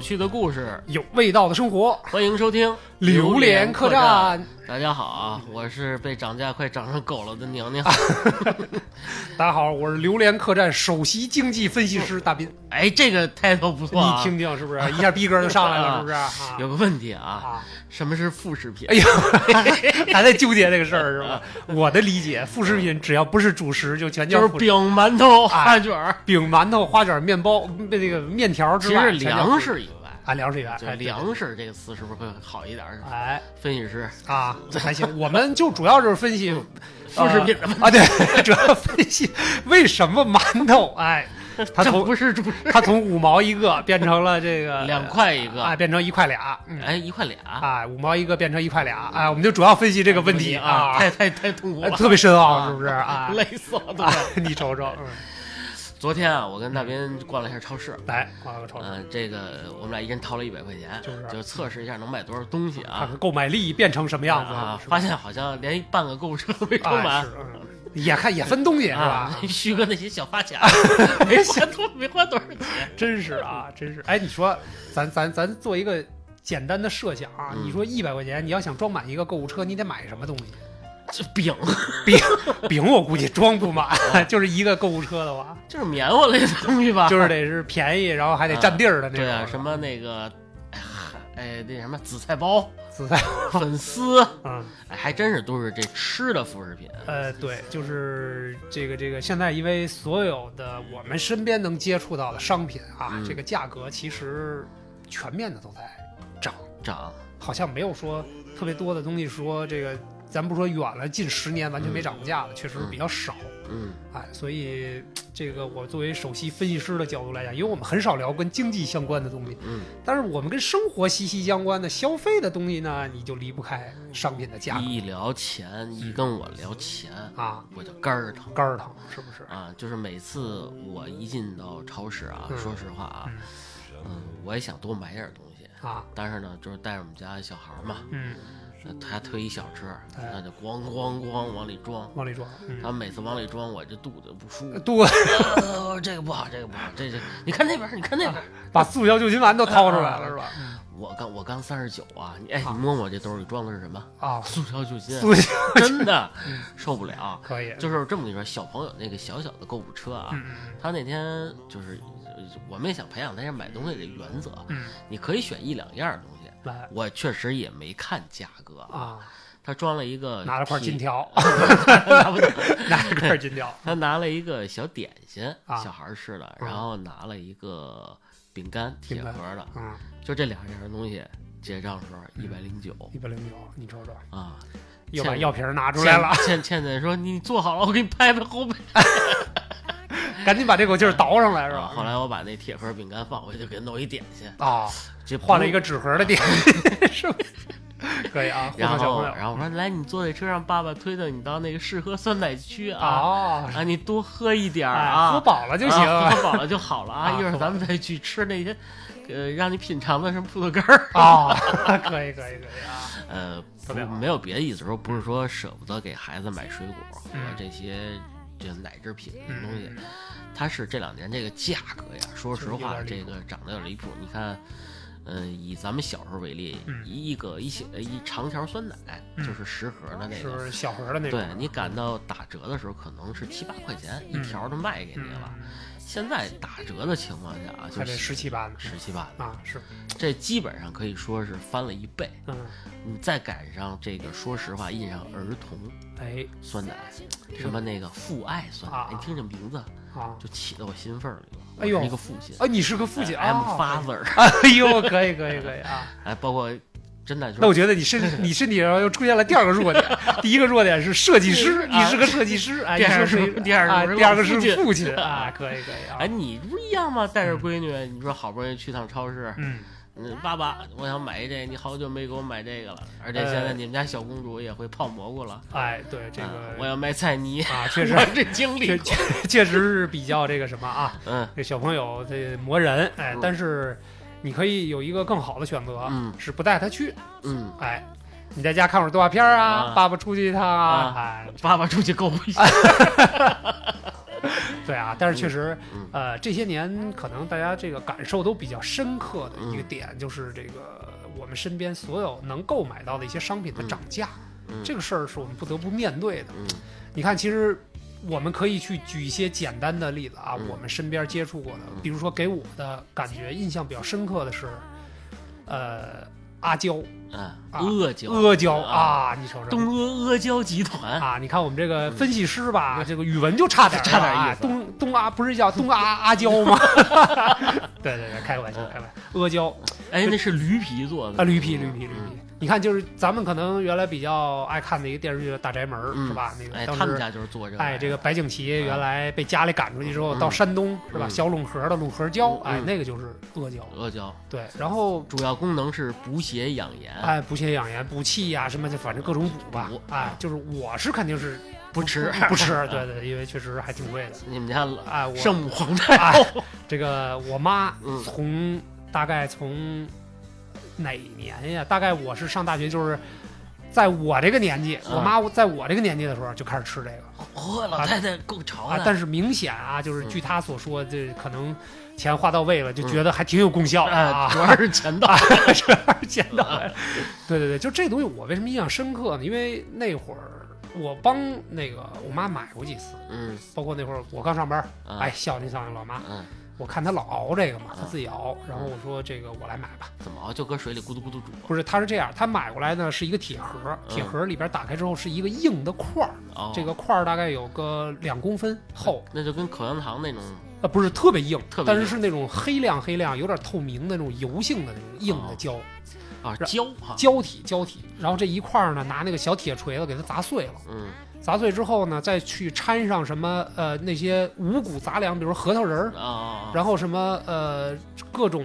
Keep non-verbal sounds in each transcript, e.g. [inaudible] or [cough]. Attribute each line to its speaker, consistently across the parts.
Speaker 1: 趣的故事，
Speaker 2: 有味道的生活，
Speaker 1: 欢迎收听《
Speaker 2: 榴莲客
Speaker 1: 客》。
Speaker 2: 栈。
Speaker 1: 大家好啊，我是被涨价快涨成狗了的娘 [laughs] 娘。
Speaker 2: 大家好，我是榴莲客栈首席经济分析师大斌。
Speaker 1: 哎，这个 title 不错啊。
Speaker 2: 你听听是不是？ [laughs] 一下逼格就上来了，
Speaker 1: 啊
Speaker 2: 是不是？啊
Speaker 1: 有个问题啊，
Speaker 2: 啊！
Speaker 1: 什么是副食品
Speaker 2: 哎？呀， [laughs] 还在纠结这个事儿是吧？我的理解，副食品只要不是主食，就全叫
Speaker 1: 就是
Speaker 2: 副食
Speaker 1: 饼、馒头、
Speaker 2: 哎
Speaker 1: 花卷儿，
Speaker 2: 饼、馒头、花卷、面包、那个面条
Speaker 1: 其
Speaker 2: 之
Speaker 1: 实
Speaker 2: 外，全叫
Speaker 1: 粮食以外，
Speaker 2: 啊，粮食以外，
Speaker 1: 就
Speaker 2: 哎
Speaker 1: 是粮食这个词是不是会好一点儿？
Speaker 2: 哎
Speaker 1: 分析师，
Speaker 2: 啊，这还行。我们就主要就是分
Speaker 1: [laughs]
Speaker 2: 析呃
Speaker 1: 副食品什么
Speaker 2: 啊，对， [laughs] 主要分析为什么馒头哎，它
Speaker 1: 这
Speaker 2: 从
Speaker 1: 不是主食，
Speaker 2: [laughs] 它从五毛一个变成了这个
Speaker 1: 两块一
Speaker 2: 啊，
Speaker 1: 个，
Speaker 2: 变成一块俩，嗯，
Speaker 1: 哎，一块俩。
Speaker 2: 啊，五毛一个变成一块俩，啊，我们就主要分析这个问题
Speaker 1: 啊，
Speaker 2: 啊，
Speaker 1: 太太太痛苦
Speaker 2: 哎
Speaker 1: 了，
Speaker 2: 特别深奥，
Speaker 1: 啊
Speaker 2: 是不是啊？
Speaker 1: 累死我
Speaker 2: [laughs] 啊
Speaker 1: 了。，
Speaker 2: 你瞅瞅，嗯
Speaker 1: 昨天啊，我跟大斌逛了一下超市，
Speaker 2: 来，我瞅瞅，
Speaker 1: 嗯，这个我们俩一人掏了一百块钱，
Speaker 2: 就是啊
Speaker 1: 就测试一下能买多少东西
Speaker 2: 看
Speaker 1: 啊
Speaker 2: 看购买力变成什么样子
Speaker 1: 啊！
Speaker 2: 是吧
Speaker 1: 发现好像连半个购物车都没购
Speaker 2: 哎
Speaker 1: 买
Speaker 2: 是，嗯也看也分东西是吧
Speaker 1: 啊，？旭哥那些小发卡
Speaker 2: [laughs]
Speaker 1: 没花多没花多少钱，
Speaker 2: 真是啊，真是。哎，你说，咱咱咱做一个简单的设想啊，
Speaker 1: 嗯
Speaker 2: 你说一百块钱，你要想装满一个购物车，你得买什么东西？
Speaker 1: 这饼
Speaker 2: 饼我估计装不
Speaker 1: 啊
Speaker 2: 满， [laughs] 就是一个购物车的话，
Speaker 1: 就是棉花类的东 [laughs] 西吧，
Speaker 2: 就是得是便宜，然后还得占地儿的那种。
Speaker 1: 对啊，什么那个。哎，那什么紫菜包、
Speaker 2: 紫菜，
Speaker 1: 粉丝，
Speaker 2: 嗯，
Speaker 1: 哎，还真是都是这吃的副食品。
Speaker 2: 呃，对，就是这个这个，现在因为所有的我们身边能接触到的商品啊，
Speaker 1: 嗯
Speaker 2: 这个价格其实全面的都在涨，
Speaker 1: 涨，
Speaker 2: 好像没有说特别多的东西说这个，咱不说远了，近十年完全没涨过价的，确实比较少。
Speaker 1: 嗯，
Speaker 2: 哎，所以这个我作为首席分析师的角度来讲，因为我们很少聊跟经济相关的东西，
Speaker 1: 嗯，
Speaker 2: 但是我们跟生活息息相关的消费的东西呢，你就离不开商品的价格
Speaker 1: 一聊钱，一跟我聊钱，
Speaker 2: 啊，
Speaker 1: 我就肝儿疼。
Speaker 2: 肝儿疼是不是？
Speaker 1: 啊，就是每次我一进到超市啊，
Speaker 2: 嗯
Speaker 1: 说实话啊，嗯，我也想多买点东西，
Speaker 2: 啊，
Speaker 1: 但是呢，就是带着我们家小孩儿嘛，
Speaker 2: 嗯，
Speaker 1: 那他推一小车，
Speaker 2: 哎
Speaker 1: 那就咣咣咣往里装，
Speaker 2: 往里装，嗯，，
Speaker 1: 他每次往里装，我这肚子不舒服
Speaker 2: [laughs] 多
Speaker 1: 呃这个不好，这个不好，这这，你看那边儿，你看那边儿，
Speaker 2: 把速效救心丸都掏出来了啊是吧？
Speaker 1: 我刚我刚三十九啊，你哎，你摸摸这兜里装的是什
Speaker 2: [laughs]
Speaker 1: 么？
Speaker 2: 啊，
Speaker 1: 速效救心，
Speaker 2: 速效
Speaker 1: 真的受不了。
Speaker 2: 可以，
Speaker 1: 就是这么跟你说，小朋友那个小小的购物车啊，
Speaker 2: 嗯嗯
Speaker 1: 他那天就是呃我们也想培养大家买东西的原则，啊
Speaker 2: 嗯，
Speaker 1: 你可以选一两样儿东西。
Speaker 2: 来
Speaker 1: 我确实也没看价格，
Speaker 2: 啊，
Speaker 1: 他装了一个
Speaker 2: 拿了块
Speaker 1: [laughs]
Speaker 2: 金
Speaker 1: 条，
Speaker 2: 条，
Speaker 1: 拿不动
Speaker 2: [laughs] 拿了块金条，
Speaker 1: 他拿了一个小点心，
Speaker 2: 啊
Speaker 1: 小孩儿吃的，
Speaker 2: 嗯
Speaker 1: 然后拿了一个饼干，
Speaker 2: 饼
Speaker 1: 铁
Speaker 2: 干
Speaker 1: 盒的，
Speaker 2: 嗯，
Speaker 1: 就这两样东西，结账的时候一百零九
Speaker 2: 一百零九，你瞅瞅，
Speaker 1: 啊。
Speaker 2: 又把
Speaker 1: 欠
Speaker 2: 药瓶儿拿出来了，
Speaker 1: 倩倩倩说：“你做好了，我给你拍拍后背。
Speaker 2: 赶紧把这口气儿倒上来”是
Speaker 1: 啊然后后
Speaker 2: 吧？
Speaker 1: 来我把那铁盒饼干放回去，给他弄一点心，
Speaker 2: 啊，
Speaker 1: 这
Speaker 2: 换了
Speaker 1: 不
Speaker 2: 一个纸盒
Speaker 1: [laughs]
Speaker 2: 的店，是不是？可以啊，互
Speaker 1: 然
Speaker 2: 动小
Speaker 1: 后，
Speaker 2: 朋友
Speaker 1: 然后我说：“来，你坐在车上，爸爸推着你到那个适合酸奶区啊，
Speaker 2: 啊，
Speaker 1: 啊，你多喝一点儿
Speaker 2: 哎，
Speaker 1: 啊，
Speaker 2: 喝饱了就行。
Speaker 1: 啊喝饱了就好了啊。
Speaker 2: 啊
Speaker 1: 一会儿咱们再去吃那些，呃，让你品尝的什么葡萄干儿。
Speaker 2: 啊，可以可以可以啊！
Speaker 1: 呃，
Speaker 2: 特别好
Speaker 1: 不没有别的意思，说不是说舍不得给孩子买水果和
Speaker 2: 嗯
Speaker 1: 这些这奶制品这种东西
Speaker 2: 嗯，，
Speaker 1: 它是这两年这个价格呀，说实话，
Speaker 2: 就是
Speaker 1: 这
Speaker 2: 有点离谱
Speaker 1: 个涨得有点离谱。你看，嗯、以咱们小时候为例，
Speaker 2: 嗯
Speaker 1: 一个一小呃一长条酸奶、
Speaker 2: 嗯
Speaker 1: 就是十盒的那
Speaker 2: 是
Speaker 1: 个
Speaker 2: 不，是小盒的那种？
Speaker 1: 对你赶到打折的时候，可能是七八块钱一
Speaker 2: 啊嗯
Speaker 1: 条都卖给你
Speaker 2: 嗯，
Speaker 1: 了。现在打折的情况下啊，
Speaker 2: 还
Speaker 1: 就
Speaker 2: 得
Speaker 1: 是
Speaker 2: 十七八呢
Speaker 1: 十七八，
Speaker 2: 啊，是，
Speaker 1: 这基本上可以说是翻了一倍。
Speaker 2: 嗯，
Speaker 1: 你再赶上这个，说实话，印上儿童
Speaker 2: 哎
Speaker 1: 酸奶，什么那个父爱酸
Speaker 2: 啊
Speaker 1: 奶，你听这名字
Speaker 2: 啊，
Speaker 1: 就起到我心缝儿里了。
Speaker 2: 哎呦
Speaker 1: 我是一个父亲，
Speaker 2: 啊，你是个父亲
Speaker 1: 哎，I'm
Speaker 2: 啊，
Speaker 1: father，
Speaker 2: [laughs]
Speaker 1: [laughs]
Speaker 2: 哎呦，可以可以可以啊！
Speaker 1: 哎，包括真的
Speaker 2: 那
Speaker 1: 就
Speaker 2: 我
Speaker 1: 是
Speaker 2: 觉得你身你身体上又出现了第二个弱点，第一个弱点是设计师，你
Speaker 1: 啊
Speaker 2: 是个设计师，哎，
Speaker 1: 第二个
Speaker 2: 你说
Speaker 1: 是
Speaker 2: 是
Speaker 1: 第二个
Speaker 2: 啊
Speaker 1: 是
Speaker 2: 第二个
Speaker 1: 老父
Speaker 2: 是
Speaker 1: 亲
Speaker 2: 父亲啊，可以可以啊，
Speaker 1: 哎，你不一样吗？带着闺女，你说好不容易去趟超市，
Speaker 2: 嗯，
Speaker 1: 嗯，爸爸，我想买这，你好久没给我买这个了，而且
Speaker 2: 呃
Speaker 1: 现在你们家小公主也会泡蘑菇了。
Speaker 2: 哎，对这
Speaker 1: 啊我
Speaker 2: 个
Speaker 1: 要卖菜泥， [laughs]
Speaker 2: 啊，确实
Speaker 1: 我这经历
Speaker 2: 确
Speaker 1: 过，
Speaker 2: 确确实是比较这个什么啊，
Speaker 1: 嗯
Speaker 2: 这小朋友这磨人，哎
Speaker 1: 嗯，
Speaker 2: 但是你可以有一个更好的选择，
Speaker 1: 嗯
Speaker 2: 是不带他去，
Speaker 1: 嗯，
Speaker 2: 哎，你在家看会儿动画片儿啊，
Speaker 1: 啊
Speaker 2: 爸爸出去一趟啊，
Speaker 1: 啊
Speaker 2: 哎，
Speaker 1: 爸爸出去购物一下，
Speaker 2: 对啊，但是确实，
Speaker 1: 嗯
Speaker 2: 呃，这些年可能大家这个感受都比较深刻的
Speaker 1: 嗯
Speaker 2: 一个点，就是这个我们身边所有能购买到的一些商品的涨价，
Speaker 1: 嗯
Speaker 2: 这个事儿是我们不得不面对的。
Speaker 1: 嗯
Speaker 2: 你看，其实我们可以去举一些简单的例子啊，
Speaker 1: 嗯
Speaker 2: 我们身边接触过的，
Speaker 1: 嗯
Speaker 2: 比如说给我的感觉印象比较深刻的是，呃，阿胶、
Speaker 1: 啊，
Speaker 2: 啊
Speaker 1: 阿胶，
Speaker 2: 阿胶
Speaker 1: 啊
Speaker 2: 啊，你瞅瞅。
Speaker 1: 东阿阿胶集团，
Speaker 2: 啊，你看我们这个分析师吧，这个语文就差点儿
Speaker 1: 嗯 [laughs] 差点
Speaker 2: 啊
Speaker 1: 意思
Speaker 2: 东东阿不是叫东阿阿胶吗？ [laughs] 对对对，开个玩笑，
Speaker 1: 嗯
Speaker 2: 开个玩笑。阿胶
Speaker 1: 哎，那是驴皮做的
Speaker 2: 啊，驴皮驴皮驴
Speaker 1: 嗯
Speaker 2: 皮。你看，就是咱们可能原来比较爱看的一个电视剧叫《大宅门》，
Speaker 1: 嗯
Speaker 2: 是吧？那
Speaker 1: 哎，
Speaker 2: 个当
Speaker 1: 他们
Speaker 2: 时
Speaker 1: 家就是做这个，
Speaker 2: 哎，这个白景琦原来被家里赶出去之后，
Speaker 1: 嗯
Speaker 2: 到山东是吧？
Speaker 1: 嗯
Speaker 2: 小陇河的陇河胶，哎，
Speaker 1: 嗯
Speaker 2: 那个就是阿胶。
Speaker 1: 阿胶
Speaker 2: 对，然后
Speaker 1: 主要功能是补血养颜，
Speaker 2: 哎，补血养颜、补气呀、什么的，反正各种补吧
Speaker 1: 补。
Speaker 2: 哎，就是我是肯定是
Speaker 1: 不吃。 [laughs]
Speaker 2: 不吃，对对，因为确实还挺贵的。
Speaker 1: 你们家
Speaker 2: 哎，我哎
Speaker 1: 圣母皇 [laughs] 太后，
Speaker 2: 这个我妈
Speaker 1: 嗯
Speaker 2: 从大概从哪年呀？大概我是上大学，就是在我这个年纪，
Speaker 1: 嗯
Speaker 2: 我妈在我这个年纪的时候就开始吃这个
Speaker 1: 嚯，老太太够潮
Speaker 2: 啊。
Speaker 1: 的，
Speaker 2: 但是明显啊，就是
Speaker 1: 嗯
Speaker 2: 据她所说，这可能钱花到位了，就觉得还挺有功效的
Speaker 1: 哎，
Speaker 2: 啊。
Speaker 1: 主要是钱
Speaker 2: [laughs]
Speaker 1: 到，
Speaker 2: 这还是见到了。对对对，就这东西我为什么印象深刻呢？因为那会儿我帮那个我妈买过几次，
Speaker 1: 嗯，
Speaker 2: 包括那会儿我刚上班，
Speaker 1: 啊
Speaker 2: 哎，，孝敬孝敬老妈。
Speaker 1: 嗯，
Speaker 2: 我看他老熬这个嘛，他
Speaker 1: 嗯
Speaker 2: 自己熬，然后我说这个我来买吧。
Speaker 1: 怎么熬就搁水里咕嘟咕嘟煮，
Speaker 2: 不是，他是这样，他买过来呢是一个铁盒，
Speaker 1: 嗯
Speaker 2: 铁盒里边打开之后是一个硬的块儿，
Speaker 1: 哦，
Speaker 2: 这个块儿大概有个两公分厚，
Speaker 1: 那就跟口香糖那种
Speaker 2: 呃，不是特别硬，
Speaker 1: 特别硬
Speaker 2: 但是是那种黑亮黑亮、有点透明的那种油性的那种硬的
Speaker 1: 哦
Speaker 2: 胶、
Speaker 1: 啊
Speaker 2: 是
Speaker 1: 胶哈，
Speaker 2: 胶体胶体。然后这一块儿呢，拿那个小铁锤子给它砸碎了，
Speaker 1: 嗯
Speaker 2: 砸碎之后呢，再去掺上什么呃那些五谷杂粮，比如核桃仁儿，
Speaker 1: 啊，
Speaker 2: 然后什么呃各种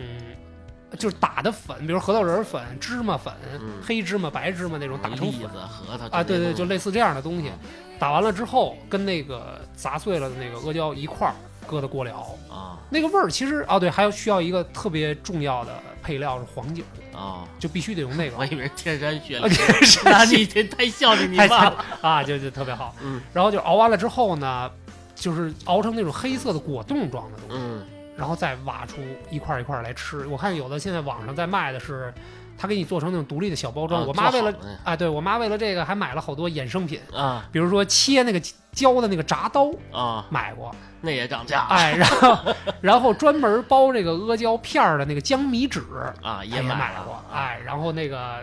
Speaker 2: 就是打的粉，比如核桃仁粉、芝麻粉、
Speaker 1: 嗯
Speaker 2: 黑芝麻、白芝麻那种打成
Speaker 1: 栗
Speaker 2: 粉
Speaker 1: 子、核桃
Speaker 2: 啊，对对，
Speaker 1: 这
Speaker 2: 就
Speaker 1: 些
Speaker 2: 类似这样的东西
Speaker 1: 嗯。
Speaker 2: 打完了之后，跟那个砸碎了的那个阿胶一块儿搁到锅里熬，
Speaker 1: 东西啊
Speaker 2: 那个味儿其实哦对，还有需要一个特别重要的配料是黄酒，
Speaker 1: 哦，
Speaker 2: 就必须得用那个
Speaker 1: 我以为是天山雪
Speaker 2: [laughs] 啊
Speaker 1: 莲，
Speaker 2: 对是
Speaker 1: 那你这太孝敬你
Speaker 2: 太
Speaker 1: 爸了，
Speaker 2: 啊，就就特别好。
Speaker 1: 嗯
Speaker 2: 然后就熬完了之后呢，就是熬成那种黑色的果冻状的东西。
Speaker 1: 嗯
Speaker 2: 然后再挖出一块儿一块儿来吃。我看有的现在网上在卖的是，他给你做成那种独立的小包装。
Speaker 1: 啊
Speaker 2: 我妈为了
Speaker 1: 做好了
Speaker 2: 啊，对我妈为了这个还买了好多衍生品，
Speaker 1: 啊
Speaker 2: 比如说切那个胶的那个铡刀
Speaker 1: 啊，
Speaker 2: 买过，
Speaker 1: 那也涨价
Speaker 2: 哎，然后然后专门包这个阿胶片儿的那个江米纸
Speaker 1: 啊，
Speaker 2: 她也
Speaker 1: 买
Speaker 2: 哎买
Speaker 1: 了
Speaker 2: 过，
Speaker 1: 啊，
Speaker 2: 哎，然后那个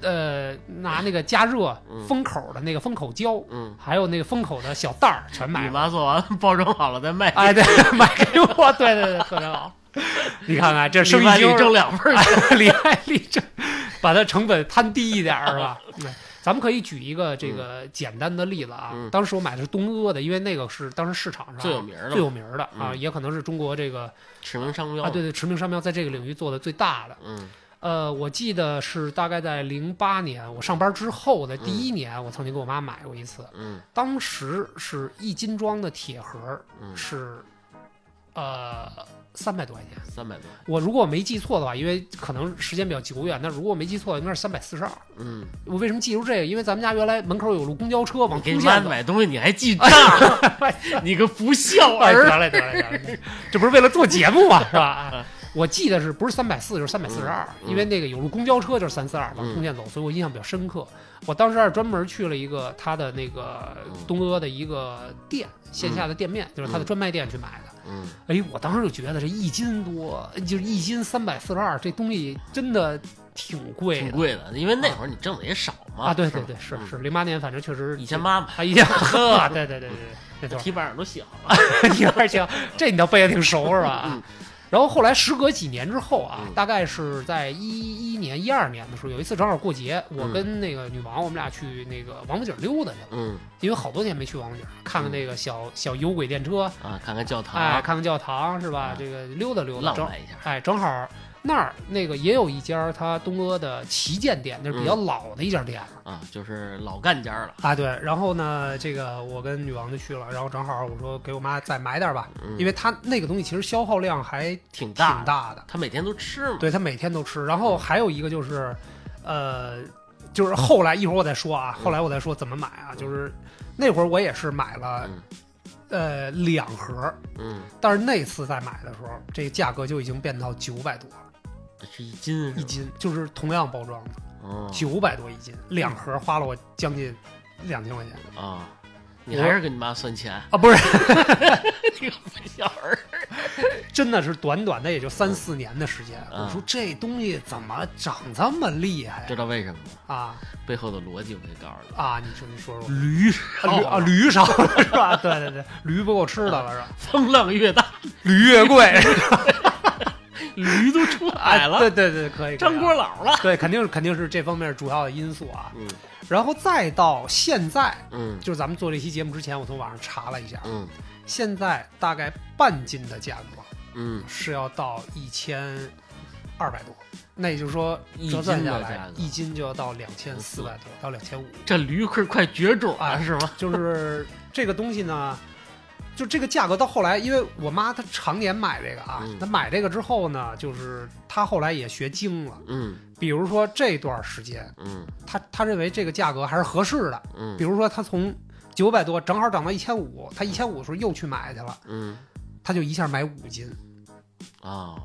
Speaker 2: 呃拿那个加热
Speaker 1: 嗯
Speaker 2: 封口的那个封口胶，
Speaker 1: 嗯，
Speaker 2: 还有那个封口的小袋儿全买
Speaker 1: 你
Speaker 2: 了。
Speaker 1: 妈做完了包装好了再卖，
Speaker 2: 哎，对， [laughs] 买给我，对对对，特别
Speaker 1: [laughs]
Speaker 2: 好。你看看这生
Speaker 1: 生
Speaker 2: 意哎
Speaker 1: 意
Speaker 2: 经
Speaker 1: 挣两份儿，
Speaker 2: 厉害力争，把它成本摊低一点儿是吧？对，咱们可以举一个这个简单的例子啊。
Speaker 1: 嗯
Speaker 2: 当时我买的是东阿的，因为那个是当时市场上
Speaker 1: 最有名儿的
Speaker 2: 最有
Speaker 1: 嘛，
Speaker 2: 名儿的啊，
Speaker 1: 嗯
Speaker 2: 也可能是中国这个
Speaker 1: 驰名商标
Speaker 2: 啊，对对，驰名商标在这个领域做的最大的。
Speaker 1: 嗯
Speaker 2: 呃，我记得是大概在零八年我上班之后的第一年，我曾经给我妈买过一次，
Speaker 1: 嗯
Speaker 2: 当时是一斤装的铁盒儿，
Speaker 1: 嗯，
Speaker 2: 是呃三百多块钱。
Speaker 1: 三百多，
Speaker 2: 我如果没记错的话，因为可能时间比较久远，但如果我没记错，应该是三百四十二。
Speaker 1: 嗯，
Speaker 2: 我为什么记住这个？因为咱们家原来门口有路公交车往
Speaker 1: 给
Speaker 2: 东
Speaker 1: 你妈
Speaker 2: 线走。
Speaker 1: 买东西你还记
Speaker 2: 哎
Speaker 1: 账
Speaker 2: [laughs]
Speaker 1: 儿，你个不孝啊
Speaker 2: 哎，得
Speaker 1: 儿，
Speaker 2: 了得了得了得了，这不是为了做节目嘛，是吧？啊我记得是不是三百四就是三百四十二？
Speaker 1: 嗯
Speaker 2: 因为那个有路公交车就是三四二往东线走，所以我印象比较深刻。我当时还专门去了一个他的那个
Speaker 1: 嗯
Speaker 2: 东阿的一个店，线下的店面，就是他的专卖店去买的。
Speaker 1: 嗯，
Speaker 2: 哎，我当时就觉得这一斤多，呃就是一斤三百四十二，这东西真的挺贵
Speaker 1: 挺
Speaker 2: 的
Speaker 1: 贵的，因为那会儿你挣的也少嘛，
Speaker 2: 啊！对对
Speaker 1: 吧
Speaker 2: 对，是
Speaker 1: 嗯
Speaker 2: 是，零八年反正确实
Speaker 1: 以前妈妈
Speaker 2: 啊，一
Speaker 1: [laughs]
Speaker 2: 千呵，对对对对对，那段
Speaker 1: 提板儿都写好了，
Speaker 2: [laughs] 儿你有点像，这你倒背的挺熟是吧
Speaker 1: 嗯？
Speaker 2: 然后后来时隔几年之后啊，
Speaker 1: 嗯
Speaker 2: 大概是在一一年、一二年的时候，有一次正好过节，我跟那个女王，我们俩去那个王府井溜达去了，
Speaker 1: 嗯
Speaker 2: 因为好多年没去王府井了，看看那个小小有轨电车，
Speaker 1: 啊，看看教堂，
Speaker 2: 哎，看看教堂是吧
Speaker 1: 啊？
Speaker 2: 这个溜达溜达，
Speaker 1: 浪
Speaker 2: 正
Speaker 1: 漫一下，
Speaker 2: 哎，正好那儿那个也有一家他东阿的旗舰店，那是比
Speaker 1: 嗯
Speaker 2: 较老的一家店、
Speaker 1: 啊，就是老干家了，
Speaker 2: 啊。对，然后呢，这个我跟女王就去了，然后正好我说给我妈再买点吧，
Speaker 1: 嗯
Speaker 2: 因为她那个东西其实消耗量还挺
Speaker 1: 挺大
Speaker 2: 大
Speaker 1: 的，嗯
Speaker 2: 的，
Speaker 1: 他每天都吃嘛，
Speaker 2: 对她每天都吃。然后还有一个就是，呃，就是后来一会儿我再说啊，后来我再说怎么买啊，就是那会儿我也是买了
Speaker 1: 嗯
Speaker 2: 呃两盒，
Speaker 1: 嗯，
Speaker 2: 但是那次在买的时候，这个价格就已经变到九百多了
Speaker 1: 是嗯一斤
Speaker 2: 一
Speaker 1: 是吧？
Speaker 2: 斤，就是同样包装的
Speaker 1: 哦
Speaker 2: 九百多一斤，两盒花了我将近两千块钱
Speaker 1: 啊，你还是跟你妈算
Speaker 2: [laughs]
Speaker 1: 钱，
Speaker 2: 啊！不是，
Speaker 1: 这个肥小儿。
Speaker 2: 真的是短短的也就三四年的时间，
Speaker 1: 嗯
Speaker 2: 我说这东西怎么长这么厉害
Speaker 1: 知道为什么吗？
Speaker 2: 啊
Speaker 1: 背后的逻辑我给告诉你。
Speaker 2: 啊！你说你说说。
Speaker 1: 驴
Speaker 2: 啊驴啊，驴少了是吧？对对对，驴不够吃的了是吧？
Speaker 1: 风浪越大，
Speaker 2: 驴越 [laughs] 贵，
Speaker 1: 驴都
Speaker 2: [laughs]
Speaker 1: 出海
Speaker 2: 哎，
Speaker 1: 了，
Speaker 2: 对对对，可以。可以
Speaker 1: 张
Speaker 2: 啊
Speaker 1: 锅老了。
Speaker 2: 对，肯定是肯定是这方面主要的因素啊。
Speaker 1: 嗯
Speaker 2: 然后再到现在，
Speaker 1: 嗯
Speaker 2: 就是咱们做这期节目之前，我从网上查了一下，
Speaker 1: 嗯
Speaker 2: 现在大概半斤的价格
Speaker 1: 嗯，
Speaker 2: 是要到一千二百多，那也就是说折算
Speaker 1: 一斤
Speaker 2: 下来
Speaker 1: 的价格
Speaker 2: 一斤就要到两千四百多到两千五，
Speaker 1: 这驴快快绝种了
Speaker 2: 哎
Speaker 1: 啊是吗？
Speaker 2: 就是这个东西呢。就这个价格到后来，因为我妈她常年买这个啊
Speaker 1: 嗯，
Speaker 2: 她买这个之后呢，就是她后来也学精了。
Speaker 1: 嗯
Speaker 2: 比如说这段时间，
Speaker 1: 嗯
Speaker 2: 她她认为这个价格还是合适的，比
Speaker 1: 嗯
Speaker 2: 如说他从九百多正好涨到一千五，他一千五的时候又去买去了，
Speaker 1: 嗯
Speaker 2: 他就一下买五斤，
Speaker 1: 哦，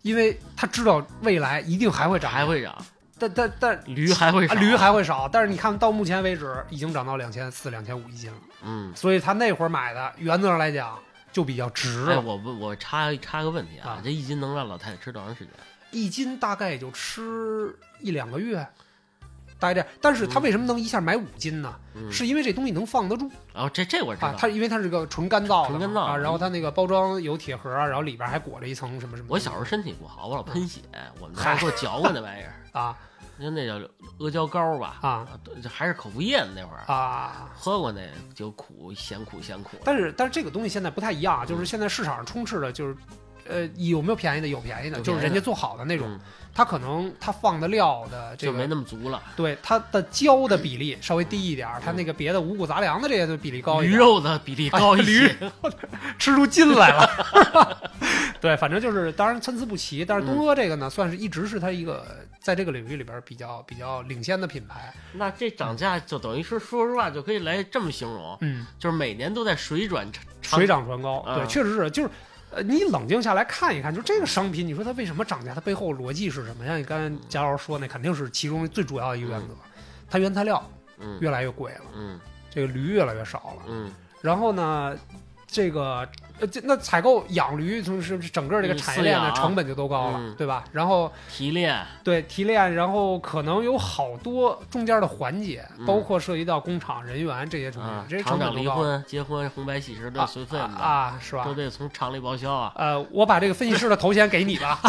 Speaker 2: 因为他知道未来一定还会
Speaker 1: 这
Speaker 2: 涨，
Speaker 1: 还，会涨，
Speaker 2: 但但但
Speaker 1: 啊驴还会少
Speaker 2: 啊驴还会少，但是你看到目前为止已经涨到两千四、两千五一斤了，
Speaker 1: 嗯。
Speaker 2: 所以他那会儿买的原则上来讲就比较值
Speaker 1: 哎，
Speaker 2: 了，
Speaker 1: 我问我插插个问题啊
Speaker 2: 啊，
Speaker 1: 这一斤能让老太太吃多长时间？
Speaker 2: 一斤大概也就吃一两个月。大概这样，但是他为什么能一下买五斤呢？
Speaker 1: 嗯，
Speaker 2: 是因为这东西能放得住
Speaker 1: 哦，这这我知道
Speaker 2: 啊，，它因为它是个纯干燥的嘛，
Speaker 1: 纯干燥嗯
Speaker 2: 啊，然后它那个包装有铁盒啊，然后里边还裹着一层什么什么东西。
Speaker 1: 我小时候身体不好，我老喷血，我们家给我嚼过那玩意儿，
Speaker 2: 啊
Speaker 1: 就那叫阿胶糕吧，
Speaker 2: 啊
Speaker 1: 对，这还是口服液呢那会儿，
Speaker 2: 啊！
Speaker 1: 喝过那就苦，咸苦咸苦。
Speaker 2: 但是但是这个东西现在不太一样啊，
Speaker 1: 嗯
Speaker 2: 就是现在市场上充斥的就是。呃，有没有便宜的？有便宜的，
Speaker 1: 有便宜的
Speaker 2: 就是人家做好的那种，
Speaker 1: 嗯
Speaker 2: 它可能它放的料的这
Speaker 1: 就没
Speaker 2: 个，
Speaker 1: 那么足了，
Speaker 2: 对它的胶的比例稍微低一点儿，它那个别的五谷杂粮的这些的比例高一
Speaker 1: 驴
Speaker 2: 点，
Speaker 1: 肉的比例 [laughs] 高一些。
Speaker 2: 吃出筋来了。 [laughs] 对，反正就是，当然参差不齐，但是东阿这个呢，算是一直是它一个在这个领域里边儿比较比较领先的品牌。
Speaker 1: 那这涨价就等于说，说实话就可以来这么形容，
Speaker 2: 嗯，
Speaker 1: 就是每年都在水转长
Speaker 2: 水涨船高，
Speaker 1: 啊
Speaker 2: 对，确实是，就是，呃，你冷静下来看一看，就这个商品，你说它为什么涨价，它背后逻辑是什么？像你刚才贾老师说那，肯定是其中最主要的一个原则，它原材料
Speaker 1: 嗯
Speaker 2: 越来越贵了，
Speaker 1: 嗯
Speaker 2: 这个驴越来越少了，
Speaker 1: 嗯，
Speaker 2: 然后呢，这个。呃，这那采购养驴，就是整个这个
Speaker 1: 嗯
Speaker 2: 产业链
Speaker 1: 饲
Speaker 2: 的
Speaker 1: 养
Speaker 2: 成本就都高了，
Speaker 1: 嗯
Speaker 2: 对吧？然后
Speaker 1: 提炼，
Speaker 2: 对提炼，然后可能有好多中间的环节，
Speaker 1: 嗯
Speaker 2: 包括涉及到工厂人员这些成本，
Speaker 1: 啊
Speaker 2: 这些，
Speaker 1: 厂
Speaker 2: 成本
Speaker 1: 长
Speaker 2: 都
Speaker 1: 离
Speaker 2: 高了
Speaker 1: 婚、结婚、红白喜事都
Speaker 2: 啊
Speaker 1: 随份子，
Speaker 2: 啊啊，是吧？
Speaker 1: 都得从厂里报销
Speaker 2: [laughs]
Speaker 1: 啊。
Speaker 2: 呃，我把这个分析师的头衔给你
Speaker 1: [laughs]
Speaker 2: 吧，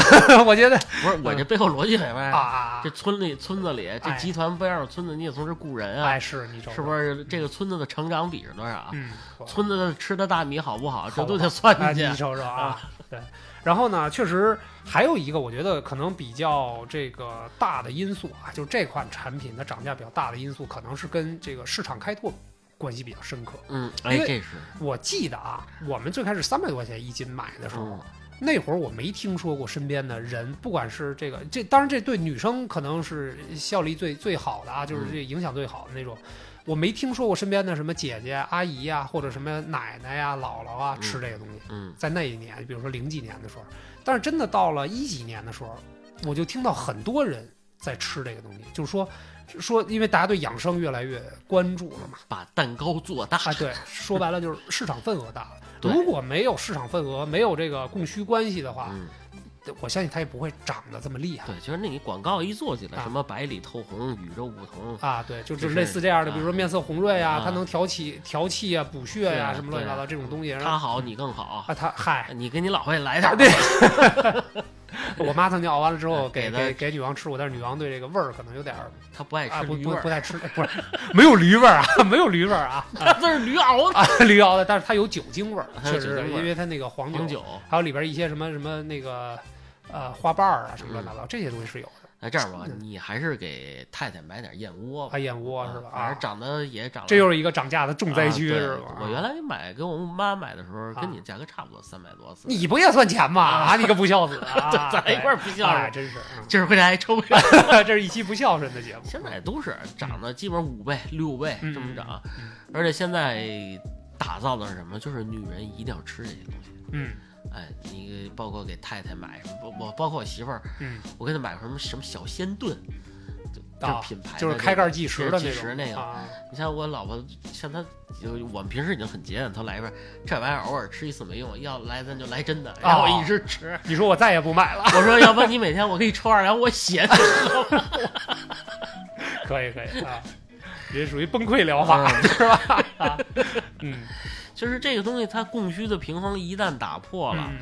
Speaker 2: 我觉得
Speaker 1: 不是我这背后逻辑很
Speaker 2: 啊
Speaker 1: 歪，
Speaker 2: 啊，
Speaker 1: 哎这村里村子里这
Speaker 2: 哎
Speaker 1: 集团不要有村子，你得从这雇人啊，
Speaker 2: 哎是你瞅瞅
Speaker 1: 是不是？这个村子的成长比是多少？啊
Speaker 2: 嗯，
Speaker 1: 村子的吃的大米好不好，
Speaker 2: 好
Speaker 1: 这
Speaker 2: 吧
Speaker 1: 都得算
Speaker 2: 哎
Speaker 1: 进
Speaker 2: 你
Speaker 1: 去。
Speaker 2: 瞅瞅啊
Speaker 1: 啊，
Speaker 2: 对。然后呢，确实还有一个我觉得可能比较这个大的因素啊，就是这款产品的涨价比较大的因素，可能是跟这个市场开拓关系比较深刻。
Speaker 1: 嗯，哎，
Speaker 2: 因为
Speaker 1: 这是，
Speaker 2: 我记得啊，我们最开始三百多块钱一斤买的时候，
Speaker 1: 嗯
Speaker 2: 那会儿我没听说过身边的人，不管是这个这，当然这对女生可能是效力最最好
Speaker 1: 嗯
Speaker 2: 的啊，就是这影响最好的那种。我没听说过身边的什么姐姐、阿姨呀、或者什么奶奶呀、姥姥啊
Speaker 1: 嗯
Speaker 2: 吃这个东西，
Speaker 1: 嗯
Speaker 2: 在那一年，比如说零几年的时候，但是真的到了一几年的时候，我就听到很多人在吃这个东西，就是说说，因为大家对养生越来越关注了嘛。
Speaker 1: 把蛋糕做大，
Speaker 2: 啊，对，说白了就是市场份额大了。
Speaker 1: 对
Speaker 2: 如果没有市场份额，没有这个供需关系的话，
Speaker 1: 嗯，
Speaker 2: 我相信它也不会涨得这么厉害
Speaker 1: 对，就是那你广告一做起来，
Speaker 2: 啊
Speaker 1: 什么百里透红、宇宙不同，
Speaker 2: 啊。对，就
Speaker 1: 这
Speaker 2: 就是类似这样的，
Speaker 1: 啊
Speaker 2: 比如说面色红润呀，
Speaker 1: 啊
Speaker 2: 它能调气、调气呀、补血呀、
Speaker 1: 对啊
Speaker 2: 什么乱七八糟这种东西。然后
Speaker 1: 他好你更好，
Speaker 2: 啊，
Speaker 1: [laughs]
Speaker 2: 它嗨，
Speaker 1: 你给你老婆也来点儿吧
Speaker 2: 啊对 [laughs] 我妈曾经熬完了之后给
Speaker 1: 哎给她
Speaker 2: 给给女王吃过，但是女王对这个味儿可能有点儿
Speaker 1: 他不爱
Speaker 2: 啊，
Speaker 1: 吃
Speaker 2: 不
Speaker 1: 驴
Speaker 2: 不
Speaker 1: 味儿，
Speaker 2: 不
Speaker 1: [laughs]
Speaker 2: 太吃，不是没有驴味儿啊， [laughs] 没有驴味儿啊
Speaker 1: 他这是驴
Speaker 2: [laughs]
Speaker 1: 熬的
Speaker 2: 啊，驴熬的，但是它有酒精味儿，
Speaker 1: 它有
Speaker 2: 确实
Speaker 1: 酒精
Speaker 2: 是
Speaker 1: 味儿
Speaker 2: 因为它那个黄
Speaker 1: 红酒。
Speaker 2: 还有里边一些什么什么那个呃花瓣儿啊什么乱七八
Speaker 1: 嗯
Speaker 2: 糟，这些东西是有的。
Speaker 1: 那这样吧，
Speaker 2: 嗯
Speaker 1: 你还是给太太买点燕窝吧
Speaker 2: 啊，，燕窝是吧？
Speaker 1: 反
Speaker 2: 啊
Speaker 1: 正，长得也长了，
Speaker 2: 这又是一个涨价的重灾区
Speaker 1: 啊对
Speaker 2: 是吧？
Speaker 1: 我原来买给我妈买的时候，
Speaker 2: 啊
Speaker 1: 跟你价格差不多，三百多，四
Speaker 2: 你不也算钱吗？啊，你个不孝子
Speaker 1: [laughs]
Speaker 2: 啊！
Speaker 1: 咱一块儿不
Speaker 2: 对
Speaker 1: 孝
Speaker 2: 哎，
Speaker 1: 顺，
Speaker 2: 真是，嗯
Speaker 1: 今儿回来还抽。
Speaker 2: [laughs] 这是一期不孝顺的节目。
Speaker 1: 现在都是涨的，基本上五倍、六倍
Speaker 2: 嗯
Speaker 1: 这么涨
Speaker 2: 嗯，
Speaker 1: 而且现在打造的是什么？就是女人一定要吃这些东西。
Speaker 2: 嗯
Speaker 1: 哎，你包括给太太买什么，包我包括我媳妇儿，
Speaker 2: 嗯，
Speaker 1: 我给她买过什么什么小鲜炖，就这
Speaker 2: 啊
Speaker 1: 品牌的
Speaker 2: 就是
Speaker 1: 这
Speaker 2: 开
Speaker 1: 个
Speaker 2: 盖计时的
Speaker 1: 计
Speaker 2: 那
Speaker 1: 时
Speaker 2: 种
Speaker 1: 那个
Speaker 2: 啊，
Speaker 1: 你像我老婆，像她，就我们平时已经很节俭，她来一份，这玩意儿偶尔吃一次没用，要来咱就来真的，然后
Speaker 2: 哦
Speaker 1: 我一直吃。 [laughs]
Speaker 2: 你说我再也不买了， [laughs]
Speaker 1: 我说，要不然你每天我给你抽二两，我血你
Speaker 2: 可以可以
Speaker 1: [laughs]
Speaker 2: 啊，也属于崩溃疗法、是吧？啊，嗯，
Speaker 1: [laughs] 就是这个东西，它供需的平衡一旦打破了，
Speaker 2: 嗯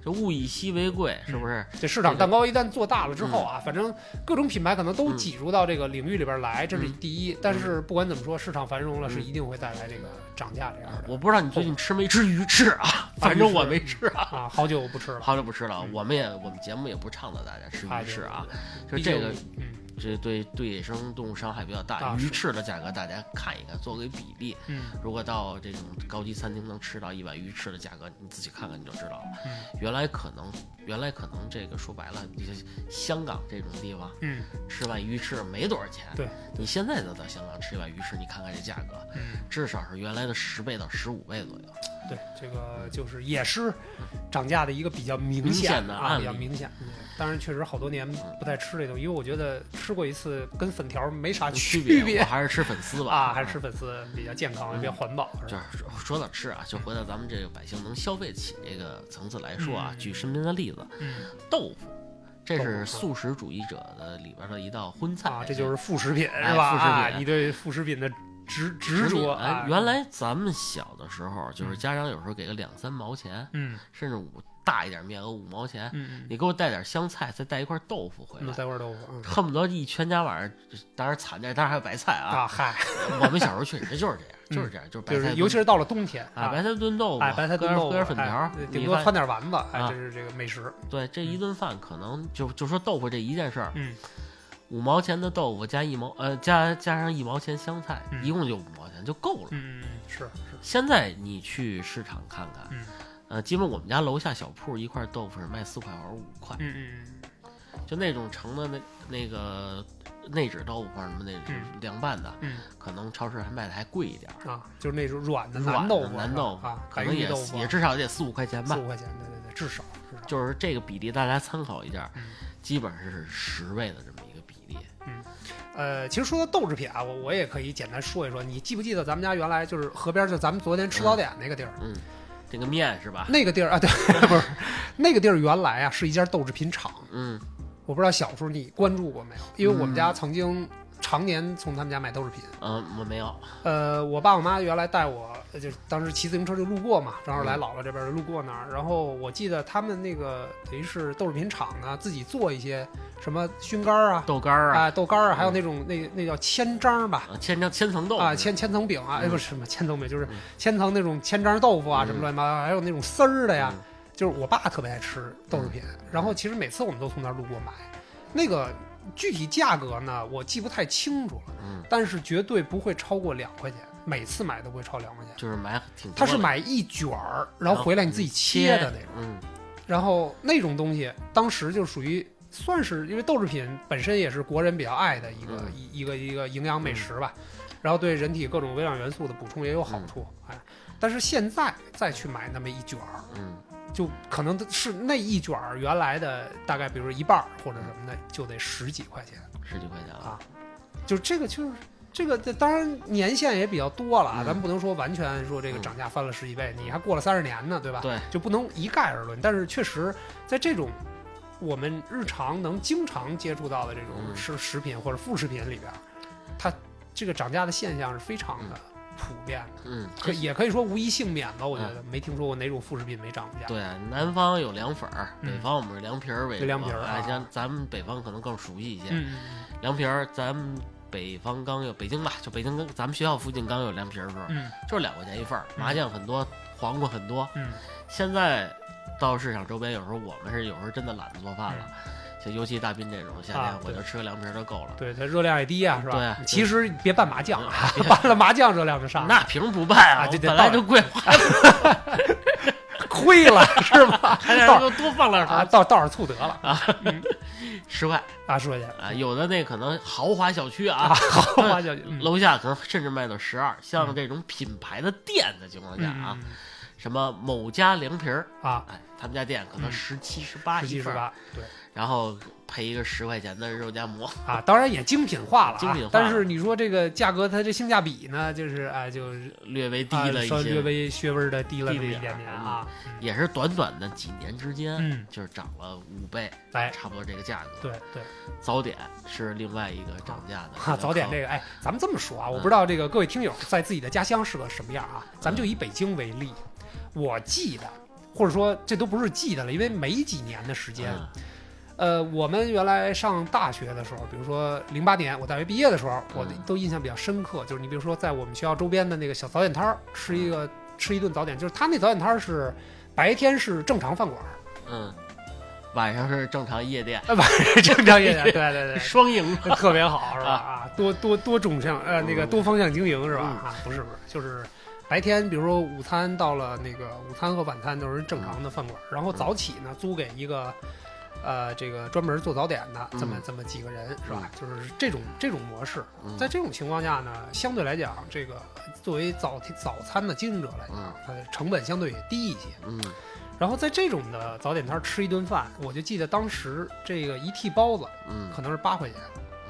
Speaker 1: 就物以稀为贵，是不是？嗯
Speaker 2: 这市场蛋糕一旦做大了之后啊，反正各种品牌可能都挤入到这个领域里边来，这是
Speaker 1: 嗯
Speaker 2: 第一。但是不管怎么说，市场繁荣了是一定会带来这个涨价这样的。
Speaker 1: 我不知道你最近吃没吃鱼翅
Speaker 2: [laughs]
Speaker 1: 啊，反正我没吃啊。
Speaker 2: 啊，好久不吃
Speaker 1: [laughs]
Speaker 2: 了。
Speaker 1: 好久不吃了，
Speaker 2: 嗯
Speaker 1: 我们也我们节目也不倡导大家吃
Speaker 2: 啊
Speaker 1: 鱼翅啊，，就
Speaker 2: 对
Speaker 1: 这个，
Speaker 2: 对对
Speaker 1: 这对对野生动物伤害比较大。
Speaker 2: 啊
Speaker 1: 鱼
Speaker 2: 是
Speaker 1: 翅的价格大家看一看，做个比例，
Speaker 2: 嗯嗯
Speaker 1: 如果到这种高级餐厅能吃到一碗鱼翅的价格，你自己看看你就知道了。
Speaker 2: 嗯
Speaker 1: 原来可能，原来可能这个说白了，你就香港这种地方
Speaker 2: 嗯
Speaker 1: 吃碗鱼翅没多少钱。
Speaker 2: 对，
Speaker 1: 你现在再到香港吃一碗鱼翅，你看看这价格，
Speaker 2: 嗯，
Speaker 1: 至少是原来的十倍到十五倍左右。
Speaker 2: 对，这个就是也是涨价的一个比较明
Speaker 1: 明显的
Speaker 2: 的
Speaker 1: 案例
Speaker 2: 啊，
Speaker 1: 嗯
Speaker 2: 比较明显。嗯当然，确实好多年不太吃这东西，因为我觉得吃过一次跟粉条没啥
Speaker 1: 区
Speaker 2: 啊区
Speaker 1: 别，我还是吃粉丝吧。嗯
Speaker 2: 啊，还是吃粉丝比较健康，也比较环保，是
Speaker 1: 就
Speaker 2: 吧？
Speaker 1: 是说说到吃啊，就回到咱们这个百姓能消费起这个层次来说啊，
Speaker 2: 嗯
Speaker 1: 举身边的例子，
Speaker 2: 嗯
Speaker 1: 豆腐，这是
Speaker 2: 豆腐
Speaker 1: 素食主义者的里边的一道荤菜
Speaker 2: [laughs] 啊，这就是副食品
Speaker 1: 哎
Speaker 2: 是吧？
Speaker 1: 副食
Speaker 2: 啊，
Speaker 1: 品
Speaker 2: 你对副食品的执执
Speaker 1: 执
Speaker 2: 着
Speaker 1: 哎
Speaker 2: 啊，，
Speaker 1: 原来咱们小的时候，就是
Speaker 2: 嗯
Speaker 1: 家长有时候给个两三毛钱，
Speaker 2: 嗯
Speaker 1: 甚至五大一点面额五毛钱，
Speaker 2: 嗯嗯，
Speaker 1: 你给我带点香菜，再带一块豆腐回
Speaker 2: 那
Speaker 1: 来。
Speaker 2: 三块豆腐嗯
Speaker 1: 恨不得一全家晚上，当然惨点，当然还有白菜啊。
Speaker 2: 啊，嗨，
Speaker 1: 我们小时候确实就是这样，就是这样，就是白
Speaker 2: [laughs]
Speaker 1: 菜
Speaker 2: 就是
Speaker 1: 炖，
Speaker 2: 尤其是到了冬天
Speaker 1: 啊，白
Speaker 2: 啊。
Speaker 1: 菜炖豆腐，
Speaker 2: 哎，白菜炖
Speaker 1: 搁点
Speaker 2: 豆腐，
Speaker 1: 搁点粉
Speaker 2: 哎
Speaker 1: 条，
Speaker 2: 顶
Speaker 1: 你
Speaker 2: 多
Speaker 1: 看
Speaker 2: 穿点丸子，哎，
Speaker 1: 啊
Speaker 2: 这是这个美食。
Speaker 1: 对，这一
Speaker 2: 嗯
Speaker 1: 顿饭可能就就说豆腐这一件事儿，
Speaker 2: 嗯，
Speaker 1: 五毛钱的豆腐加一毛呃加加上一毛钱香菜，
Speaker 2: 嗯
Speaker 1: 一共就五毛钱就够了。
Speaker 2: 嗯，是是，
Speaker 1: 现在你去市场看看，
Speaker 2: 嗯
Speaker 1: 呃，基本我们家楼下小铺一块豆腐是卖四块或者五块，
Speaker 2: 嗯嗯
Speaker 1: 就那种盛的那那个内酯豆腐或者什么那种
Speaker 2: 嗯
Speaker 1: 凉拌的，
Speaker 2: 嗯
Speaker 1: 可能超市还卖的还贵一点儿，
Speaker 2: 嗯啊，就是那种软的
Speaker 1: 软
Speaker 2: 南
Speaker 1: 的
Speaker 2: 豆腐，
Speaker 1: 南
Speaker 2: 是吧
Speaker 1: 豆腐
Speaker 2: 啊，
Speaker 1: 可
Speaker 2: 白
Speaker 1: 能
Speaker 2: 玉
Speaker 1: 也
Speaker 2: 豆腐
Speaker 1: 也至少得四五块钱
Speaker 2: 四
Speaker 1: 吧。
Speaker 2: 五块钱，对对对，至少至少。
Speaker 1: 就是这个比例，大家参考一下，
Speaker 2: 嗯
Speaker 1: 基本上是十倍的这么一个比例。
Speaker 2: 呃，其实说到豆制品啊，我我也可以简单说一说。你记不记得咱们家原来就是河边，就咱们昨天吃早点那个地儿？
Speaker 1: 嗯，这个面是吧？
Speaker 2: 那个地儿啊，对， [laughs] 不是那个地儿，原来啊是一家豆制品厂。
Speaker 1: 嗯
Speaker 2: 我不知道小时候你关注过没有？因为我们家曾经常年从他们家买豆制品。
Speaker 1: 嗯，我没有。
Speaker 2: 呃，我爸我妈原来带我，呃就是当时骑自行车就路过嘛，正好
Speaker 1: 嗯
Speaker 2: 来姥姥这边就路过那儿。然后我记得他们那个等于是豆制品厂呢，自己做一些什么熏干儿啊，
Speaker 1: 豆干儿啊，
Speaker 2: 啊豆干儿啊，还有那种那那叫千张吧。
Speaker 1: 啊千层千层豆
Speaker 2: 啊，
Speaker 1: 腐
Speaker 2: 千千层饼啊，哎
Speaker 1: 嗯
Speaker 2: 不是什么千层饼，就是
Speaker 1: 嗯
Speaker 2: 千层那种千张豆腐啊，
Speaker 1: 嗯
Speaker 2: 什么乱七八糟，还有那种丝儿的呀。
Speaker 1: 嗯
Speaker 2: 就是我爸特别爱吃豆制品，然后其实每次我们都从那儿路过买。那个具体价格呢，我记不太清楚了，
Speaker 1: 嗯，
Speaker 2: 但是绝对不会超过两块钱，每次买都不会超两块钱。
Speaker 1: 就是买挺多的
Speaker 2: 他是买一卷儿，然后回来你自己切的那种，，
Speaker 1: 嗯
Speaker 2: 然后那种东西当时就属于算是因为豆制品本身也是国人比较爱的一个
Speaker 1: 嗯
Speaker 2: 一一个一个营养美食吧，然后对人体各种微量元素的补充也有好处，哎，但是现在再去买那么一卷儿，
Speaker 1: 嗯，
Speaker 2: 就可能是那一卷儿原来的大概，比如说一半儿或者什么的，就得十几块钱。
Speaker 1: 十几块钱
Speaker 2: 啊
Speaker 1: 了，
Speaker 2: 就这个就是这个，这当然年限也比较多了啊，
Speaker 1: 嗯
Speaker 2: 咱们不能说完全说这个
Speaker 1: 嗯
Speaker 2: 涨价翻了十几倍，你还过了三十年呢，对吧？
Speaker 1: 对，
Speaker 2: 就不能一概而论。但是确实，在这种我们日常能经常接触到的这种
Speaker 1: 嗯
Speaker 2: 吃食品或者副食品里边儿，它这个涨价的现象是非常的普遍的，
Speaker 1: 嗯，
Speaker 2: 可也可以说无一幸免吧。我觉
Speaker 1: 嗯
Speaker 2: 得没听说过哪种副食品没涨过价。
Speaker 1: 对，南方有凉粉儿，
Speaker 2: 嗯
Speaker 1: 北方我们是凉皮儿为主，
Speaker 2: 对凉皮儿
Speaker 1: 哎，
Speaker 2: 啊
Speaker 1: 像咱们北方可能更熟悉一些，
Speaker 2: 嗯，嗯
Speaker 1: 凉皮儿，咱们。北方刚有北京吧，就北京跟咱们学校附近刚有凉皮儿的时候，
Speaker 2: 嗯
Speaker 1: 就是两块钱一份儿，
Speaker 2: 嗯
Speaker 1: 麻酱很多，黄瓜很多，
Speaker 2: 嗯
Speaker 1: 现在到市场周边，有时候我们是有时候真的懒得做饭了，像尤其大斌这种，夏
Speaker 2: 嗯啊
Speaker 1: 天我
Speaker 2: 对
Speaker 1: 就吃个凉皮儿就够了。
Speaker 2: 对，它热量也低啊，是吧？
Speaker 1: 对啊
Speaker 2: 其实别 [laughs] 拌麻酱，
Speaker 1: 啊
Speaker 2: 拌了麻酱热量就上了。
Speaker 1: 那凭什么不办
Speaker 2: 啊
Speaker 1: 啊？
Speaker 2: [laughs] 这
Speaker 1: 我
Speaker 2: 这
Speaker 1: 本来
Speaker 2: 当然
Speaker 1: 就贵，[laughs]
Speaker 2: 亏会了，是吧？
Speaker 1: 还让人多放两勺
Speaker 2: 啊，倒倒点醋得了
Speaker 1: 啊十块 [laughs]
Speaker 2: 啊，十块钱
Speaker 1: 啊，有的那可能豪华小区
Speaker 2: 啊，
Speaker 1: 啊，
Speaker 2: 好吧，小姐，嗯
Speaker 1: 楼下可能甚至卖到十二。像这种品牌的店的情况下啊，
Speaker 2: 嗯
Speaker 1: 什么某家凉皮儿，
Speaker 2: 啊，
Speaker 1: 哎，他们家店可能
Speaker 2: 嗯
Speaker 1: 十七、十八
Speaker 2: 十七
Speaker 1: 一
Speaker 2: 十
Speaker 1: 份儿，
Speaker 2: 八，对
Speaker 1: 然后配一个十块钱的肉夹馍， [laughs]
Speaker 2: 啊，当然也精品化了啊，
Speaker 1: 精品化
Speaker 2: 但是你说这个价格，它这性价比呢，就是哎，就是
Speaker 1: 略微低
Speaker 2: 啊
Speaker 1: 了一
Speaker 2: 稍
Speaker 1: 些，
Speaker 2: 略微略微的低了
Speaker 1: 低了
Speaker 2: 那么
Speaker 1: 一
Speaker 2: 一
Speaker 1: 点
Speaker 2: 点
Speaker 1: 儿
Speaker 2: 点啊，
Speaker 1: 也是短短的几年之间，
Speaker 2: 嗯，
Speaker 1: 就是涨了五倍，
Speaker 2: 哎，
Speaker 1: 差不多这个价格。
Speaker 2: 对对。
Speaker 1: 早点是另外一个涨价的，
Speaker 2: 哈，早点这
Speaker 1: 个
Speaker 2: 个，哎，咱们这么说啊，
Speaker 1: 嗯
Speaker 2: 我不知道这个各位听友在自己的家乡是个什么样啊，咱
Speaker 1: 嗯
Speaker 2: 们就以北京为例，我记得，或者说这都不是记得了，因为没几年的时间，
Speaker 1: 嗯
Speaker 2: 呃，我们原来上大学的时候，比如说零八年我大学毕业的时候，我
Speaker 1: 嗯
Speaker 2: 都印象比较深刻，就是你比如说在我们学校周边的那个小早点摊儿吃一个吃一顿早点，就是他那早点摊儿是白天是正常饭馆儿，
Speaker 1: 嗯，晚上是正常夜店，
Speaker 2: 呃，晚上 [laughs] 正常 [laughs] 夜店，对对对，
Speaker 1: 双赢
Speaker 2: [laughs] 特别好是吧？啊，多多多种向呃那个
Speaker 1: 嗯
Speaker 2: 多方向经营是吧？
Speaker 1: 嗯
Speaker 2: 啊，不是不是，就是白天比如说午餐到了那个午餐和晚餐都是正常的饭馆，然后早起呢租给一个。呃，这个专门做早点的这么
Speaker 1: 嗯
Speaker 2: 这么几个人是吧？就是这种这种模式，
Speaker 1: 嗯
Speaker 2: 在这种情况下呢，相对来讲，这个作为早早餐的经营者来讲
Speaker 1: 嗯，
Speaker 2: 它的成本相对也低一些。
Speaker 1: 嗯
Speaker 2: 然后在这种的早点摊儿吃一顿饭，我就记得当时这个一屉包子
Speaker 1: 嗯
Speaker 2: 可能是八块钱，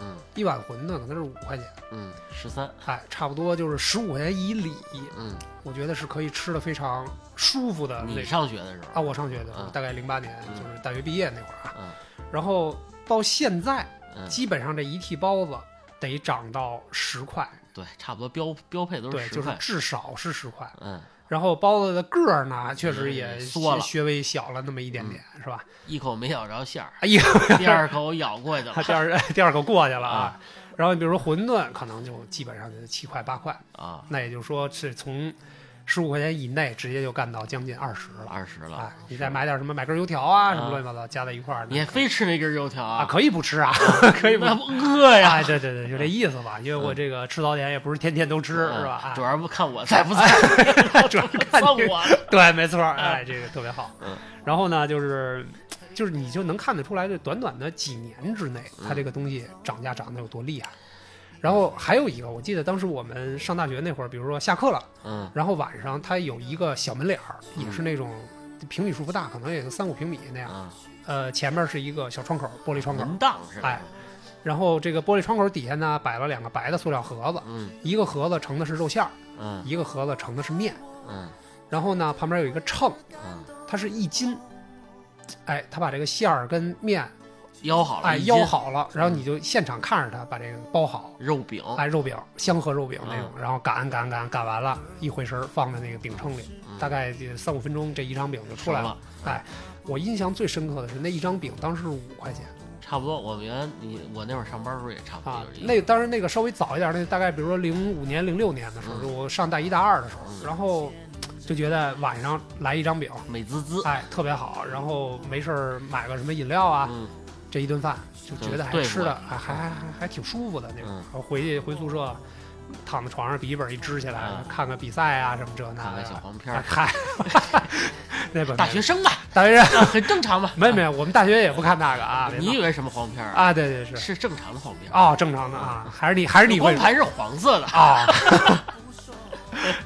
Speaker 1: 嗯
Speaker 2: 一碗馄饨可能是五块钱，
Speaker 1: 嗯，十三，
Speaker 2: 哎，差不多就是十五块钱一里，
Speaker 1: 嗯，
Speaker 2: 我觉得是可以吃的非常舒服的呃那
Speaker 1: 你
Speaker 2: 种。
Speaker 1: 上学的时候
Speaker 2: 啊，我上学的时候，
Speaker 1: 嗯
Speaker 2: 大概零八年，
Speaker 1: 嗯
Speaker 2: 就是大学毕业那会儿啊，
Speaker 1: 嗯
Speaker 2: 然后到现在，
Speaker 1: 嗯，
Speaker 2: 基本上这一屉包子得涨到十块，
Speaker 1: 对，差不多标标配都
Speaker 2: 对，
Speaker 1: 是十
Speaker 2: 就是
Speaker 1: 块，
Speaker 2: 至少是十块。
Speaker 1: 嗯，
Speaker 2: 然后包子的个儿呢，确实也
Speaker 1: 嗯缩了嗯
Speaker 2: 稍微小了那么一点点，是吧？
Speaker 1: 一口没咬着馅儿，
Speaker 2: 哎呀，，
Speaker 1: [laughs] 第二口咬过去了
Speaker 2: [laughs] 第二第二口过去了啊。然后你比如说馄饨，可能就基本上就七块八块，
Speaker 1: 啊，
Speaker 2: 那也就是说是从十五块钱以内直接就干到将近二十了。
Speaker 1: 二十
Speaker 2: 哎
Speaker 1: 了，，
Speaker 2: 你再买点什么买根油条啊，
Speaker 1: 啊
Speaker 2: 什么乱七八糟加在一块儿，
Speaker 1: 你还非吃那根油条
Speaker 2: 啊
Speaker 1: 啊？
Speaker 2: 可以不吃啊，可以不
Speaker 1: 那不饿呀？
Speaker 2: 哎，对对对，就这意思吧。因为我这个吃早点也不是天天都吃，
Speaker 1: 嗯
Speaker 2: 是吧？啊
Speaker 1: 主要不看我在不在，
Speaker 2: [laughs] 主要是看
Speaker 1: 算
Speaker 2: 你
Speaker 1: 我。
Speaker 2: 对，没错，哎，这个特别好
Speaker 1: 嗯。
Speaker 2: 然后呢，就是就是你就能看得出来，这短短的几年之内，
Speaker 1: 嗯
Speaker 2: 它这个东西涨价涨得有多厉害。然后还有一个，我记得当时我们上大学那会儿，比如说下课了，
Speaker 1: 嗯
Speaker 2: 然后晚上它有一个小门脸儿，也是那种平米数不大，可能也就三五平米那样。
Speaker 1: 嗯，
Speaker 2: 呃，前面是一个小窗口，玻璃窗口，
Speaker 1: 门档是吧
Speaker 2: 哎？然后这个玻璃窗口底下呢摆了两个白的塑料盒子，
Speaker 1: 嗯
Speaker 2: 一个盒子盛的是肉馅儿，
Speaker 1: 嗯
Speaker 2: 一个盒子盛的是面。
Speaker 1: 嗯
Speaker 2: 然后呢，旁边有一个秤，
Speaker 1: 嗯，
Speaker 2: 它是一斤。哎，他把这个馅儿跟面
Speaker 1: 腰好了，
Speaker 2: 哎
Speaker 1: 一斤
Speaker 2: 腰好了，然后你就现场看着他把这个包好，嗯
Speaker 1: 肉饼，
Speaker 2: 哎，肉饼香河肉饼那种，然后擀擀擀擀完了，一回神儿放在那个饼铛里，
Speaker 1: 嗯
Speaker 2: 大概就三五分钟，这一张饼就出来
Speaker 1: 熟
Speaker 2: 了。
Speaker 1: 了，
Speaker 2: 我印象最深刻的是那一张饼，当时五块钱
Speaker 1: 差不多。我们原来你我那会儿上班的时候也差不多
Speaker 2: 啊
Speaker 1: 就是。
Speaker 2: 那当然那个稍微早一点，那大概比如说零五年、零六年的时候，
Speaker 1: 嗯
Speaker 2: 我上大一大二的时候，
Speaker 1: 嗯
Speaker 2: 然后就觉得晚上来一张饼，
Speaker 1: 美滋滋，
Speaker 2: 哎，特别好。然后没事儿买个什么饮料啊，
Speaker 1: 嗯
Speaker 2: 这一顿饭就觉得
Speaker 1: 嗯
Speaker 2: 还
Speaker 1: 对付
Speaker 2: 吃的
Speaker 1: 了
Speaker 2: 还还还还还挺舒服的那种。
Speaker 1: 嗯
Speaker 2: 然后回去回宿舍，躺在床上笔记本一支起来
Speaker 1: 嗯，
Speaker 2: 看个比赛啊什么这那
Speaker 1: 看看
Speaker 2: 的
Speaker 1: 小。黄片
Speaker 2: 啊
Speaker 1: 儿，
Speaker 2: 嗨， [laughs] 那本
Speaker 1: 大学生
Speaker 2: [laughs]
Speaker 1: 嘛，
Speaker 2: 大学生
Speaker 1: 那很正常嘛。
Speaker 2: 没有没有，我们大学也不看那个啊。别
Speaker 1: 你
Speaker 2: 闹
Speaker 1: 以为什么黄片儿？
Speaker 2: 啊？对对是
Speaker 1: 是正常的黄片儿，
Speaker 2: 哦，正常的啊，还是你还是你
Speaker 1: 光
Speaker 2: 会
Speaker 1: 盘是黄色的，
Speaker 2: 啊？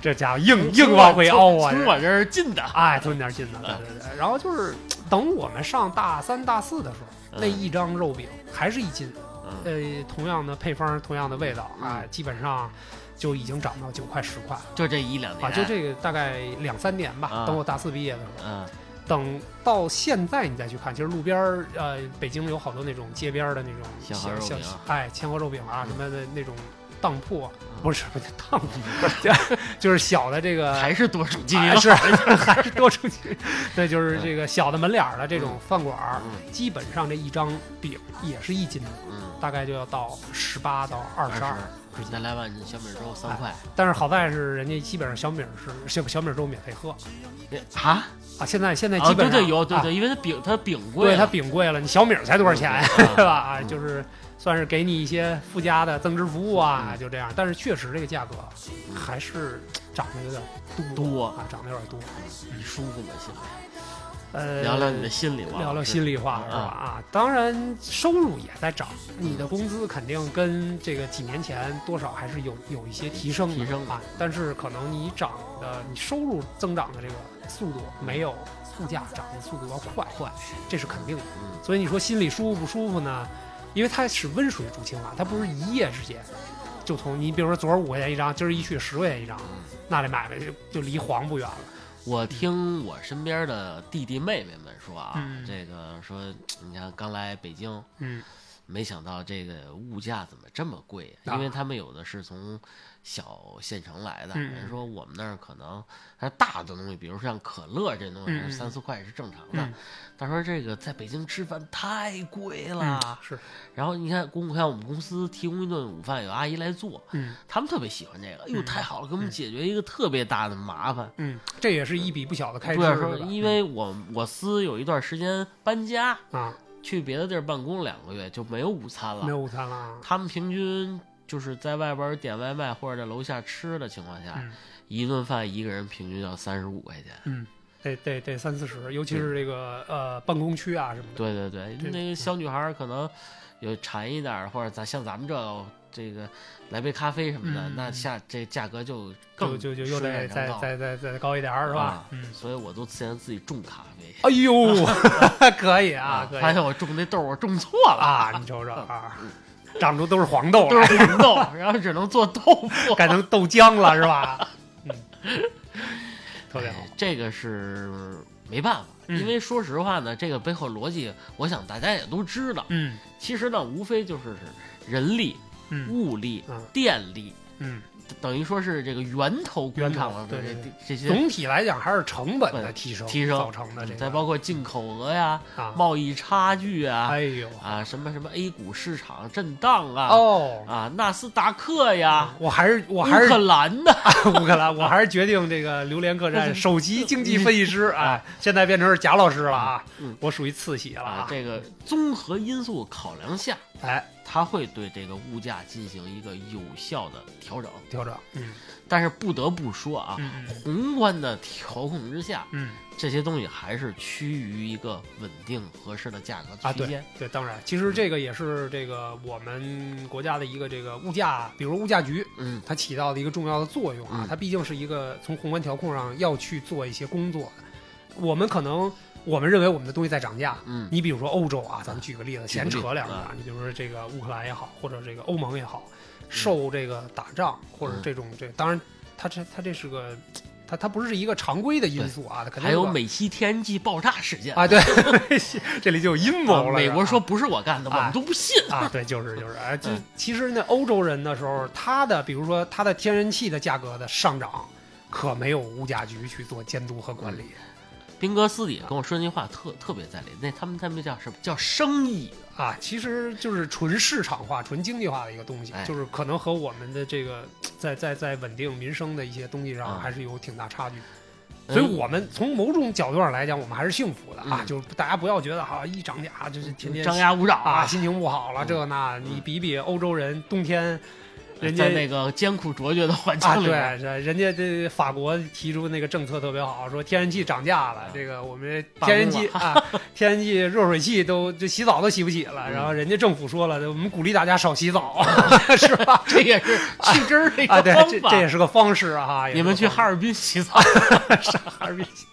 Speaker 2: 这家伙
Speaker 1: 从
Speaker 2: 硬 [laughs] 硬往回
Speaker 1: 从
Speaker 2: 凹啊！这
Speaker 1: 从我这嗯儿进的。
Speaker 2: 哎，吞点劲的，对对对。然后就是等我们上大三、大四的时候，
Speaker 1: 嗯
Speaker 2: 那一张肉饼还是一斤，
Speaker 1: 嗯
Speaker 2: 呃，同样的配方、同样的味道
Speaker 1: 嗯
Speaker 2: 啊，基本上就已经涨到九块、十块
Speaker 1: 就这一两年，
Speaker 2: 啊，就，这个大概两三年吧。
Speaker 1: 哎啊
Speaker 2: 等我大四毕业的时候，
Speaker 1: 嗯
Speaker 2: 等到现在你再去看，其实路边儿呃，北京有好多那种街边儿的那种
Speaker 1: 鲜
Speaker 2: 小
Speaker 1: 花肉
Speaker 2: 小
Speaker 1: 饼啊
Speaker 2: 哎，鲜花肉饼啊
Speaker 1: 嗯
Speaker 2: 什么的那种当铺，啊
Speaker 1: 嗯
Speaker 2: 不是不是当铺， [laughs] 就是小的这个
Speaker 1: 还是多种基因
Speaker 2: 还。是 [laughs] 还是多出去。对，就是这个小的门脸儿的这种饭馆儿，
Speaker 1: 嗯
Speaker 2: 基本上这一张饼也是一斤的，
Speaker 1: 嗯，
Speaker 2: 大概就要到十八到二啊十二。
Speaker 1: 十，再来碗小米粥三块。
Speaker 2: 但是好在是人家基本上小米儿是小小米儿粥免费喝
Speaker 1: 啊？
Speaker 2: 啊，现在现在
Speaker 1: 啊，
Speaker 2: 基
Speaker 1: 对
Speaker 2: 本上、
Speaker 1: 对有，对
Speaker 2: 啊
Speaker 1: 对，因为它饼它饼
Speaker 2: 对
Speaker 1: 贵
Speaker 2: 它
Speaker 1: 啊，
Speaker 2: 饼贵了，你小米儿才多少钱呀？
Speaker 1: 嗯
Speaker 2: [laughs] 对吧？啊，
Speaker 1: 嗯
Speaker 2: 就是算是给你一些附加的增值服务啊，就这样。但是确实这个价格还是涨得有点多
Speaker 1: 嗯多，
Speaker 2: 啊，涨得有点多。
Speaker 1: 你舒服吗？心里
Speaker 2: 呃，
Speaker 1: 聊聊你的心里话，
Speaker 2: 聊聊心里话是吧？
Speaker 1: 嗯
Speaker 2: 啊，当然收入也在涨，你的工资肯定跟这个几年前多少还是有有一些提升的
Speaker 1: 提升的
Speaker 2: 啊，但是可能你涨的你收入增长的这个速度
Speaker 1: 嗯
Speaker 2: 没有物价涨的速度要快，快，这是肯定的。
Speaker 1: 嗯
Speaker 2: 所以你说心里舒服不舒服呢？因为它是温水煮青蛙，它不是一夜之间就从你比如说昨儿五块钱一张，今儿一去十块钱一张，
Speaker 1: 嗯
Speaker 2: 那这买卖就就离黄不远了。
Speaker 1: 我听我身边的弟弟妹妹们说啊，
Speaker 2: 嗯
Speaker 1: 这个说你看刚来北京，
Speaker 2: 嗯
Speaker 1: 没想到这个物价怎么这么贵、
Speaker 2: 啊
Speaker 1: 因为他们有的是从小县城来的，
Speaker 2: 嗯嗯
Speaker 1: 人说我们那儿可能它大的东西，比如像可乐这东西，
Speaker 2: 嗯嗯
Speaker 1: 三四块是正常的。
Speaker 2: 嗯
Speaker 1: 他说这个在北京吃饭太贵了，
Speaker 2: 嗯，是
Speaker 1: 然后你看公像我们公司提供一顿午饭，有阿姨来做，
Speaker 2: 嗯。
Speaker 1: 他们特别喜欢这个，哎呦
Speaker 2: 嗯
Speaker 1: 太好了，给我们解决一个特别大的麻烦。
Speaker 2: 嗯，这也是一笔不小的开支，
Speaker 1: 对啊，
Speaker 2: 是
Speaker 1: 说
Speaker 2: 吧
Speaker 1: 因为我我司有一段时间搬家
Speaker 2: 啊，
Speaker 1: 去别的地儿办公两个月就没有午餐
Speaker 2: 没
Speaker 1: 了，
Speaker 2: 有午餐了啊，
Speaker 1: 他们平均就是在外边点外卖或者在楼下吃的情况下，
Speaker 2: 嗯
Speaker 1: 一顿饭一个人平均要三十五块钱。
Speaker 2: 嗯，得得得三四十，
Speaker 1: 嗯
Speaker 2: 尤其是这个呃办公区啊什么的，
Speaker 1: 对对对，
Speaker 2: 对嗯
Speaker 1: 那个小女孩儿可能有馋一点儿，或者咱像咱们这个这个来杯咖啡什么的，
Speaker 2: 嗯
Speaker 1: 那下这价格就
Speaker 2: 就
Speaker 1: 更
Speaker 2: 就就又
Speaker 1: 水
Speaker 2: 得
Speaker 1: 涨
Speaker 2: 再
Speaker 1: 船高
Speaker 2: 再再再高一点儿是吧
Speaker 1: 啊？
Speaker 2: 嗯，
Speaker 1: 所以我都自然自己种咖啡 [laughs]
Speaker 2: 哎呦， [laughs] 可以啊，可
Speaker 1: 发
Speaker 2: 以
Speaker 1: 现我种那豆儿我种错了，
Speaker 2: 啊，你瞅瞅啊，长出都是黄豆
Speaker 1: 都 [laughs]
Speaker 2: 了，
Speaker 1: 是黄豆，然后只能做豆腐。
Speaker 2: 改成豆浆了是
Speaker 1: [laughs]
Speaker 2: 吧？嗯，特别好
Speaker 1: 哎，这个是没办法，
Speaker 2: 嗯
Speaker 1: 因为说实话呢，这个背后逻辑，我想大家也都知道。
Speaker 2: 嗯
Speaker 1: 其实呢，无非就是人力、
Speaker 2: 嗯
Speaker 1: 物力
Speaker 2: 嗯、
Speaker 1: 电力，
Speaker 2: 嗯，
Speaker 1: 等于说是这个源头工厂了
Speaker 2: 源头
Speaker 1: 这
Speaker 2: 对对
Speaker 1: 这些，
Speaker 2: 总体来讲还是成本的提
Speaker 1: 嗯
Speaker 2: 升
Speaker 1: 哎提升嗯
Speaker 2: 造成的这
Speaker 1: 再
Speaker 2: 个
Speaker 1: 包括进口额呀、
Speaker 2: 啊，
Speaker 1: 贸易差距啊、
Speaker 2: 哎呦
Speaker 1: 啊什么什么 A 股市场震荡啊、
Speaker 2: 哦。
Speaker 1: 啊纳斯达克呀、
Speaker 2: 我还是我
Speaker 1: 啊乌
Speaker 2: 还是
Speaker 1: 克兰的，
Speaker 2: [laughs] 乌克兰，我还是决定这个榴莲客
Speaker 1: [laughs]
Speaker 2: 栈首席经济分析师，哎，现在变成是贾老师了啊
Speaker 1: 嗯，
Speaker 2: 我属于次席了
Speaker 1: 啊
Speaker 2: 啊，，
Speaker 1: 这个综合因素考量下，
Speaker 2: 哎，
Speaker 1: 它会对这个物价进行一个有效的调整。
Speaker 2: 调整，嗯
Speaker 1: 但是不得不说啊，
Speaker 2: 嗯
Speaker 1: 宏观的调控之下，
Speaker 2: 嗯
Speaker 1: 这些东西还是趋于一个稳定合适的价格
Speaker 2: 啊，
Speaker 1: 区
Speaker 2: 对
Speaker 1: 间。
Speaker 2: 对，当然，其实这个也是这个我们国家的一个这个物价，比如物价局。
Speaker 1: 嗯，
Speaker 2: 它起到的一个重要的作用啊
Speaker 1: 嗯，
Speaker 2: 它毕竟是一个从宏观调控上要去做一些工作的。我们可能我们认为我们的东西在涨价，
Speaker 1: 嗯
Speaker 2: 你比如说欧洲啊，咱们举个例子，
Speaker 1: 举个
Speaker 2: 闲
Speaker 1: 例子
Speaker 2: 扯两个
Speaker 1: 啊嗯
Speaker 2: 啊，你比如说这个乌克兰也好，或者这个欧盟也好，受这个打仗或者这种这，当然它这它这是个，它它不是一个常规的因素啊，它肯定
Speaker 1: 还
Speaker 2: 是
Speaker 1: 有
Speaker 2: 个
Speaker 1: 美西天然气爆炸事件，
Speaker 2: 啊，对，这里就有阴谋
Speaker 1: 啊
Speaker 2: 了。
Speaker 1: 美国
Speaker 2: 是吧
Speaker 1: 说不是我干的，我
Speaker 2: 啊
Speaker 1: 们都不信。
Speaker 2: 啊，对，就是就是，哎，就
Speaker 1: 嗯
Speaker 2: 其实那欧洲人的时候，他的比如说他的天然气的价格的上涨，可没有物价局去做监督和
Speaker 1: 嗯
Speaker 2: 管理。
Speaker 1: 斌哥私底下跟我说那句话特特别在理，那他们他们叫什么叫生意？
Speaker 2: 啊，其实就是纯市场化、纯经济化的一个东西，
Speaker 1: 哎
Speaker 2: 就是可能和我们的这个在在在稳定民生的一些东西上
Speaker 1: 嗯
Speaker 2: 还是有挺大差距。
Speaker 1: 嗯
Speaker 2: 所以，我们从某种角度上来讲，我们还是幸福的啊！
Speaker 1: 嗯
Speaker 2: 就是大家不要觉得哈、一涨价就是天天
Speaker 1: 张牙舞爪
Speaker 2: 啊，心情不好了，
Speaker 1: 嗯哎
Speaker 2: 这那你比比欧洲人冬天，人家
Speaker 1: 在那个艰苦卓绝的 [laughs] 环境
Speaker 2: 啊，
Speaker 1: 里面，
Speaker 2: 对，这人家这法国提出那个政策特别好，说天然气涨价了，这个我们
Speaker 1: 啊罢工
Speaker 2: 天然气
Speaker 1: [laughs]
Speaker 2: 啊，天然气热水器都这洗澡都洗不起了，
Speaker 1: 嗯
Speaker 2: 然后人家政府说了，我们鼓励大家少洗澡， [laughs] 是吧？
Speaker 1: 这也是去根儿 [laughs] 的一
Speaker 2: 啊，
Speaker 1: 个
Speaker 2: 对，这
Speaker 1: 方
Speaker 2: 这
Speaker 1: 法。
Speaker 2: 也是个方式啊，哈
Speaker 1: 你们去哈
Speaker 2: 尔
Speaker 1: 尔滨洗澡。
Speaker 2: 哈尔滨 [laughs] 洗，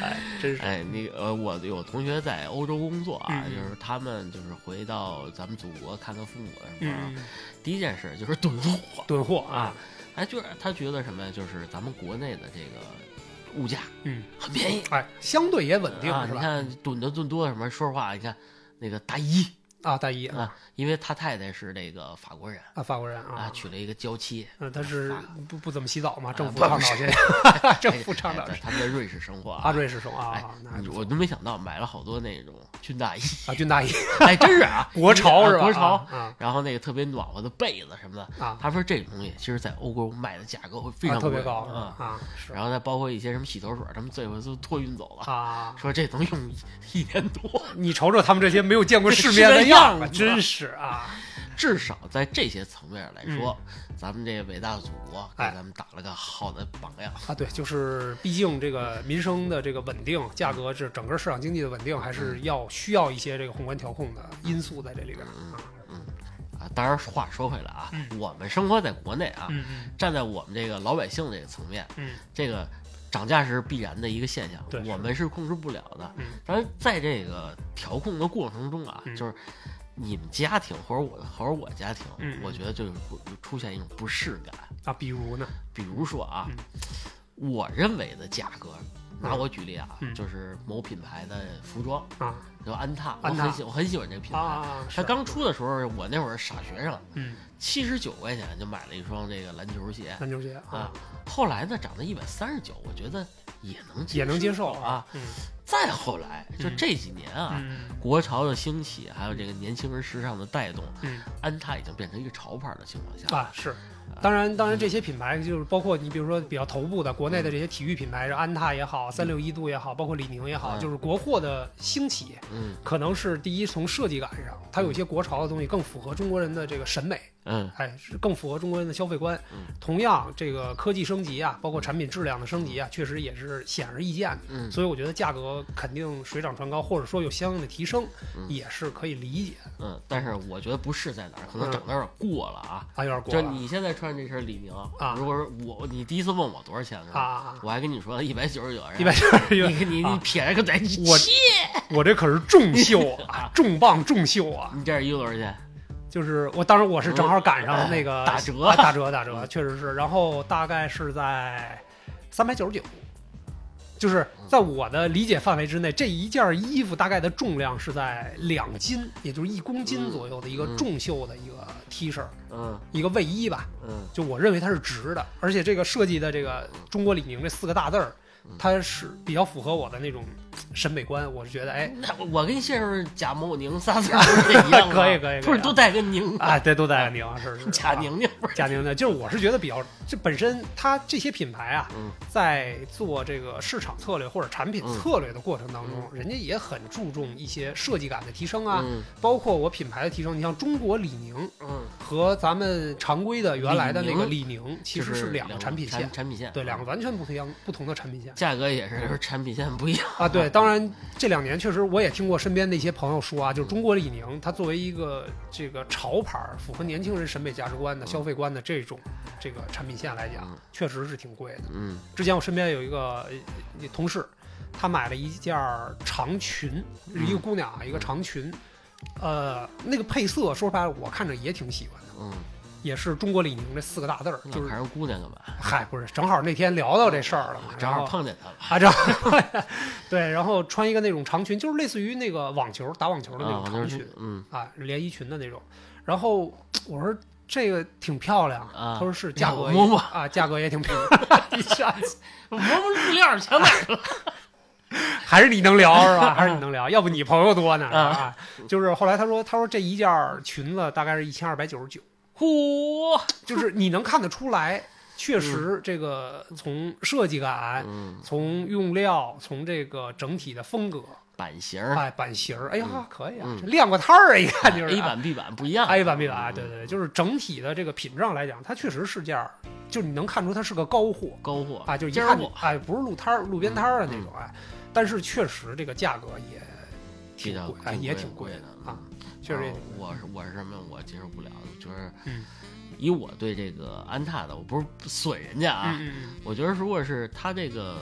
Speaker 2: 哎，真是，
Speaker 1: 哎，那个呃，我有同学在欧洲工作啊，
Speaker 2: 嗯
Speaker 1: 就是他们就是回到咱们祖国看看父母什么、啊，
Speaker 2: 嗯，
Speaker 1: 第一件事就是囤货
Speaker 2: 囤货
Speaker 1: 啊
Speaker 2: 啊，，
Speaker 1: 哎，就是他觉得什么呀，就是咱们国内的这个物价
Speaker 2: 嗯，
Speaker 1: 很便宜，
Speaker 2: 哎，相对也稳定
Speaker 1: 啊，
Speaker 2: 是
Speaker 1: 你
Speaker 2: 吧？
Speaker 1: 看囤的囤多什么，说实话，你看那个大衣
Speaker 2: 啊，大姨啊
Speaker 1: 啊，因为他太太是这个法国人
Speaker 2: 啊，法国人
Speaker 1: 啊，
Speaker 2: 啊，
Speaker 1: 娶了一个娇妻，
Speaker 2: 嗯，他是不不怎么洗澡嘛，政府
Speaker 1: 不
Speaker 2: 倡导
Speaker 1: 是
Speaker 2: 这个， [laughs] 政府倡
Speaker 1: 哎
Speaker 2: 导
Speaker 1: 哎对他们在瑞士生活
Speaker 2: 阿
Speaker 1: 啊。
Speaker 2: 瑞是什么
Speaker 1: 哎
Speaker 2: 啊？那还不错
Speaker 1: 我都没想到买了好多那种军大衣，
Speaker 2: 啊，军大衣，
Speaker 1: 哎，真是啊，
Speaker 2: [laughs] 国潮是吧？
Speaker 1: 国潮
Speaker 2: 啊
Speaker 1: 然后那个特别暖和的被子什么的，
Speaker 2: 啊
Speaker 1: 他说这种东西其实在欧洲卖的价格会非
Speaker 2: 啊，
Speaker 1: 常
Speaker 2: 特
Speaker 1: 贵
Speaker 2: 别高是吧
Speaker 1: 啊、
Speaker 2: 啊，是
Speaker 1: 然后再包括一些什么洗头水，他们这回都托运走了，
Speaker 2: 啊。
Speaker 1: 说这能用一一年多。
Speaker 2: 你瞅瞅他们这些没有见过世面的样
Speaker 1: 样
Speaker 2: 吧，
Speaker 1: 吧
Speaker 2: 真是啊，
Speaker 1: 至少在这些层面来说，
Speaker 2: 嗯
Speaker 1: 咱们这伟大的祖国
Speaker 2: 哎
Speaker 1: 给咱们打了个好的榜样。
Speaker 2: [laughs] 啊，对，就是毕竟这个民生的这个稳定，价格这整个市场经济的稳定，还是要需要一些这个宏观调控的因素在这里边儿啊。
Speaker 1: 啊，当然话说回来啊，
Speaker 2: 嗯
Speaker 1: 我们生活在国内啊，
Speaker 2: 嗯嗯
Speaker 1: 站在我们这个老百姓这个层面，
Speaker 2: 嗯
Speaker 1: 这个涨价是必然的一个现象
Speaker 2: 对，
Speaker 1: 我们是控制不了的。
Speaker 2: 嗯
Speaker 1: 当然，在这个调控的过程中啊，
Speaker 2: 嗯
Speaker 1: 就是你们家庭或者我或者我家庭，
Speaker 2: 嗯嗯
Speaker 1: 我觉得就是不出现一种不适感。
Speaker 2: 啊，比如呢，
Speaker 1: 比如说啊，我认为的价格，拿我举例啊，
Speaker 2: 嗯
Speaker 1: 就是某品牌的服装，
Speaker 2: 啊
Speaker 1: 就安踏，
Speaker 2: 安
Speaker 1: 我
Speaker 2: 踏
Speaker 1: 很喜我很喜欢这个品牌。
Speaker 2: 啊，
Speaker 1: 它
Speaker 2: 是
Speaker 1: 刚出的时候，我那会儿傻学生，
Speaker 2: 嗯，
Speaker 1: 七十九块钱就买了一双这个篮球鞋
Speaker 2: 篮球鞋
Speaker 1: 啊
Speaker 2: 啊，
Speaker 1: 后来呢涨到一百三十九，我觉得也能
Speaker 2: 也能接受
Speaker 1: 啊。，
Speaker 2: 嗯
Speaker 1: 再后来就这几年啊，
Speaker 2: 嗯
Speaker 1: 国潮的兴起，还有这个年轻人时尚的带动，
Speaker 2: 嗯
Speaker 1: 安踏已经变成一个潮牌的情况下，
Speaker 2: 啊是。当然，当然，这些品牌就是包括你，比如说比较头部的国内的这些体育品牌，安踏也好，三六一度也好，包括李宁也好，
Speaker 1: 嗯
Speaker 2: 就是国货的兴起，
Speaker 1: 嗯
Speaker 2: 可能是第一从设计感上，它有一些国潮的东西更符合中国人的这个审美，
Speaker 1: 嗯
Speaker 2: 哎，是更符合中国人的消费观
Speaker 1: 嗯。
Speaker 2: 同样，这个科技升级啊，包括产品质量的升级啊，确实也是显而易见的。
Speaker 1: 嗯，
Speaker 2: 所以我觉得价格肯定水涨船高，或者说有相应的提升，
Speaker 1: 嗯
Speaker 2: 也是可以理解的
Speaker 1: 嗯，但是我觉得不是在哪儿，可能
Speaker 2: 嗯
Speaker 1: 涨得有点过了啊。
Speaker 2: 啊，有点过
Speaker 1: 就
Speaker 2: 了
Speaker 1: 你现在穿这身李宁，
Speaker 2: 啊
Speaker 1: 如果说我你第一次问我多少钱的时候，
Speaker 2: 啊，
Speaker 1: 我还跟你说一百九十九，
Speaker 2: 一百九
Speaker 1: [laughs]
Speaker 2: 十
Speaker 1: 你
Speaker 2: 元，
Speaker 1: 你你
Speaker 2: 啊
Speaker 1: 撇着个仔，
Speaker 2: 我
Speaker 1: 切
Speaker 2: 我这可是
Speaker 1: [laughs]
Speaker 2: 重秀啊，重磅重秀啊！
Speaker 1: 你这件衣服多少钱？
Speaker 2: 就是我当时我是正好赶上那
Speaker 1: 嗯
Speaker 2: 个
Speaker 1: 打折
Speaker 2: 啊打折打折，
Speaker 1: 嗯
Speaker 2: 确实是。然后大概是在三百九十九，就是在我的理解范围之内，这一件衣服大概的重量是在两斤，也就是一公斤左右的一个
Speaker 1: 嗯
Speaker 2: 重袖的一个 T 恤，
Speaker 1: 嗯
Speaker 2: 一个卫衣吧。
Speaker 1: 嗯
Speaker 2: 就我认为它是值的，而且这个设计的这个“中国李宁”这四个大字儿，
Speaker 1: 嗯
Speaker 2: 它是比较符合我的那种审美观。我是觉得，哎，
Speaker 1: 那 [laughs] 我我跟谢师傅贾某宁仨字儿不是一 [laughs] 样吗？
Speaker 2: 可以可以可以
Speaker 1: 不是都带个宁 [laughs] 吗
Speaker 2: 哎，这都在宁是
Speaker 1: [laughs]
Speaker 2: 是是啊
Speaker 1: 贾宁宁不是？
Speaker 2: 贾宁呢，就是我是觉得比较，这本身它这些品牌啊，
Speaker 1: 嗯
Speaker 2: 在做这个市场策略或者产品策略的过程当中，人家也很注重一些设计感的提升啊，
Speaker 1: 嗯
Speaker 2: 包括我品牌的提升。你像中国李宁
Speaker 1: 嗯，
Speaker 2: 和咱们常规的原来的那个李宁，其实
Speaker 1: 就是
Speaker 2: 两个产品线
Speaker 1: 产，产品线嗯
Speaker 2: 对，两个完全不一样不同的产品线。
Speaker 1: 价格也是产品线不一样
Speaker 2: 啊，对，当然这两年确实我也听过身边的一些朋友说啊，就是中国李宁，它作为一个这个潮牌儿，符合年轻人审美价值观的、消费观的这种这个产品线来讲
Speaker 1: 嗯，
Speaker 2: 确实是挺贵的。
Speaker 1: 嗯
Speaker 2: 之前我身边有一个呃同事，她买了一件儿长裙，
Speaker 1: 嗯
Speaker 2: 一个姑娘啊，一个长裙，呃，那个配色说白了我看着也挺喜欢的，
Speaker 1: 嗯，
Speaker 2: 也是中国李宁这四个大字儿，就
Speaker 1: 就是
Speaker 2: 是
Speaker 1: 还是姑娘干嘛？
Speaker 2: 嗨，不是，正好那天聊到这事儿了嘛，
Speaker 1: 嗯正
Speaker 2: 然后
Speaker 1: 好碰见他了。
Speaker 2: 啊，这 [laughs] 对，然后穿一个那种长裙，就是类似于那个网球打网球的那
Speaker 1: 啊，
Speaker 2: 种
Speaker 1: 我
Speaker 2: 长
Speaker 1: 就
Speaker 2: 裙
Speaker 1: 是嗯，
Speaker 2: 啊，连衣裙的那种。然后我说这个挺漂亮，
Speaker 1: 啊
Speaker 2: 他说是价格
Speaker 1: 你摸
Speaker 2: 也
Speaker 1: 摸
Speaker 2: 啊，价格
Speaker 1: [laughs]
Speaker 2: 也挺漂亮，一下子
Speaker 1: 我们料儿全买 [laughs] 了。
Speaker 2: 还是你能聊是吧？还是你能聊，要不你朋友多呢
Speaker 1: 啊
Speaker 2: 啊？就是后来他说，他说这一件裙子大概是一千二百九十九，
Speaker 1: 嚯，
Speaker 2: 就是你能看得出来，确实这个从设计感。
Speaker 1: 嗯，
Speaker 2: 从用料，从这个整体的风格，
Speaker 1: 版型
Speaker 2: 哎，版型儿，哎呀，可以啊，
Speaker 1: 嗯
Speaker 2: 这亮过摊儿啊，一看就是啊
Speaker 1: A 嗯版 B 版不一样
Speaker 2: A 版 B 版，对对对，就是整体的这个品质上来讲，它确实是件儿，就是你能看出它是个高货
Speaker 1: 高货
Speaker 2: 啊，就是
Speaker 1: 哦
Speaker 2: 一
Speaker 1: 尖
Speaker 2: 看
Speaker 1: 货，
Speaker 2: 哎，不是路摊儿、路边摊儿的
Speaker 1: 嗯
Speaker 2: 那种哎，但是确实这个价格也
Speaker 1: 比
Speaker 2: 挺
Speaker 1: 较
Speaker 2: 贵，哎，也
Speaker 1: 贵嗯
Speaker 2: 挺
Speaker 1: 哦
Speaker 2: 贵
Speaker 1: 的
Speaker 2: 的啊，，确实也挺贵。
Speaker 1: 我是我是什么呀？我接受不了的，就是
Speaker 2: 嗯
Speaker 1: 以我对这个安踏的，我不是损人家啊，
Speaker 2: 嗯嗯
Speaker 1: 我觉得如果是他这个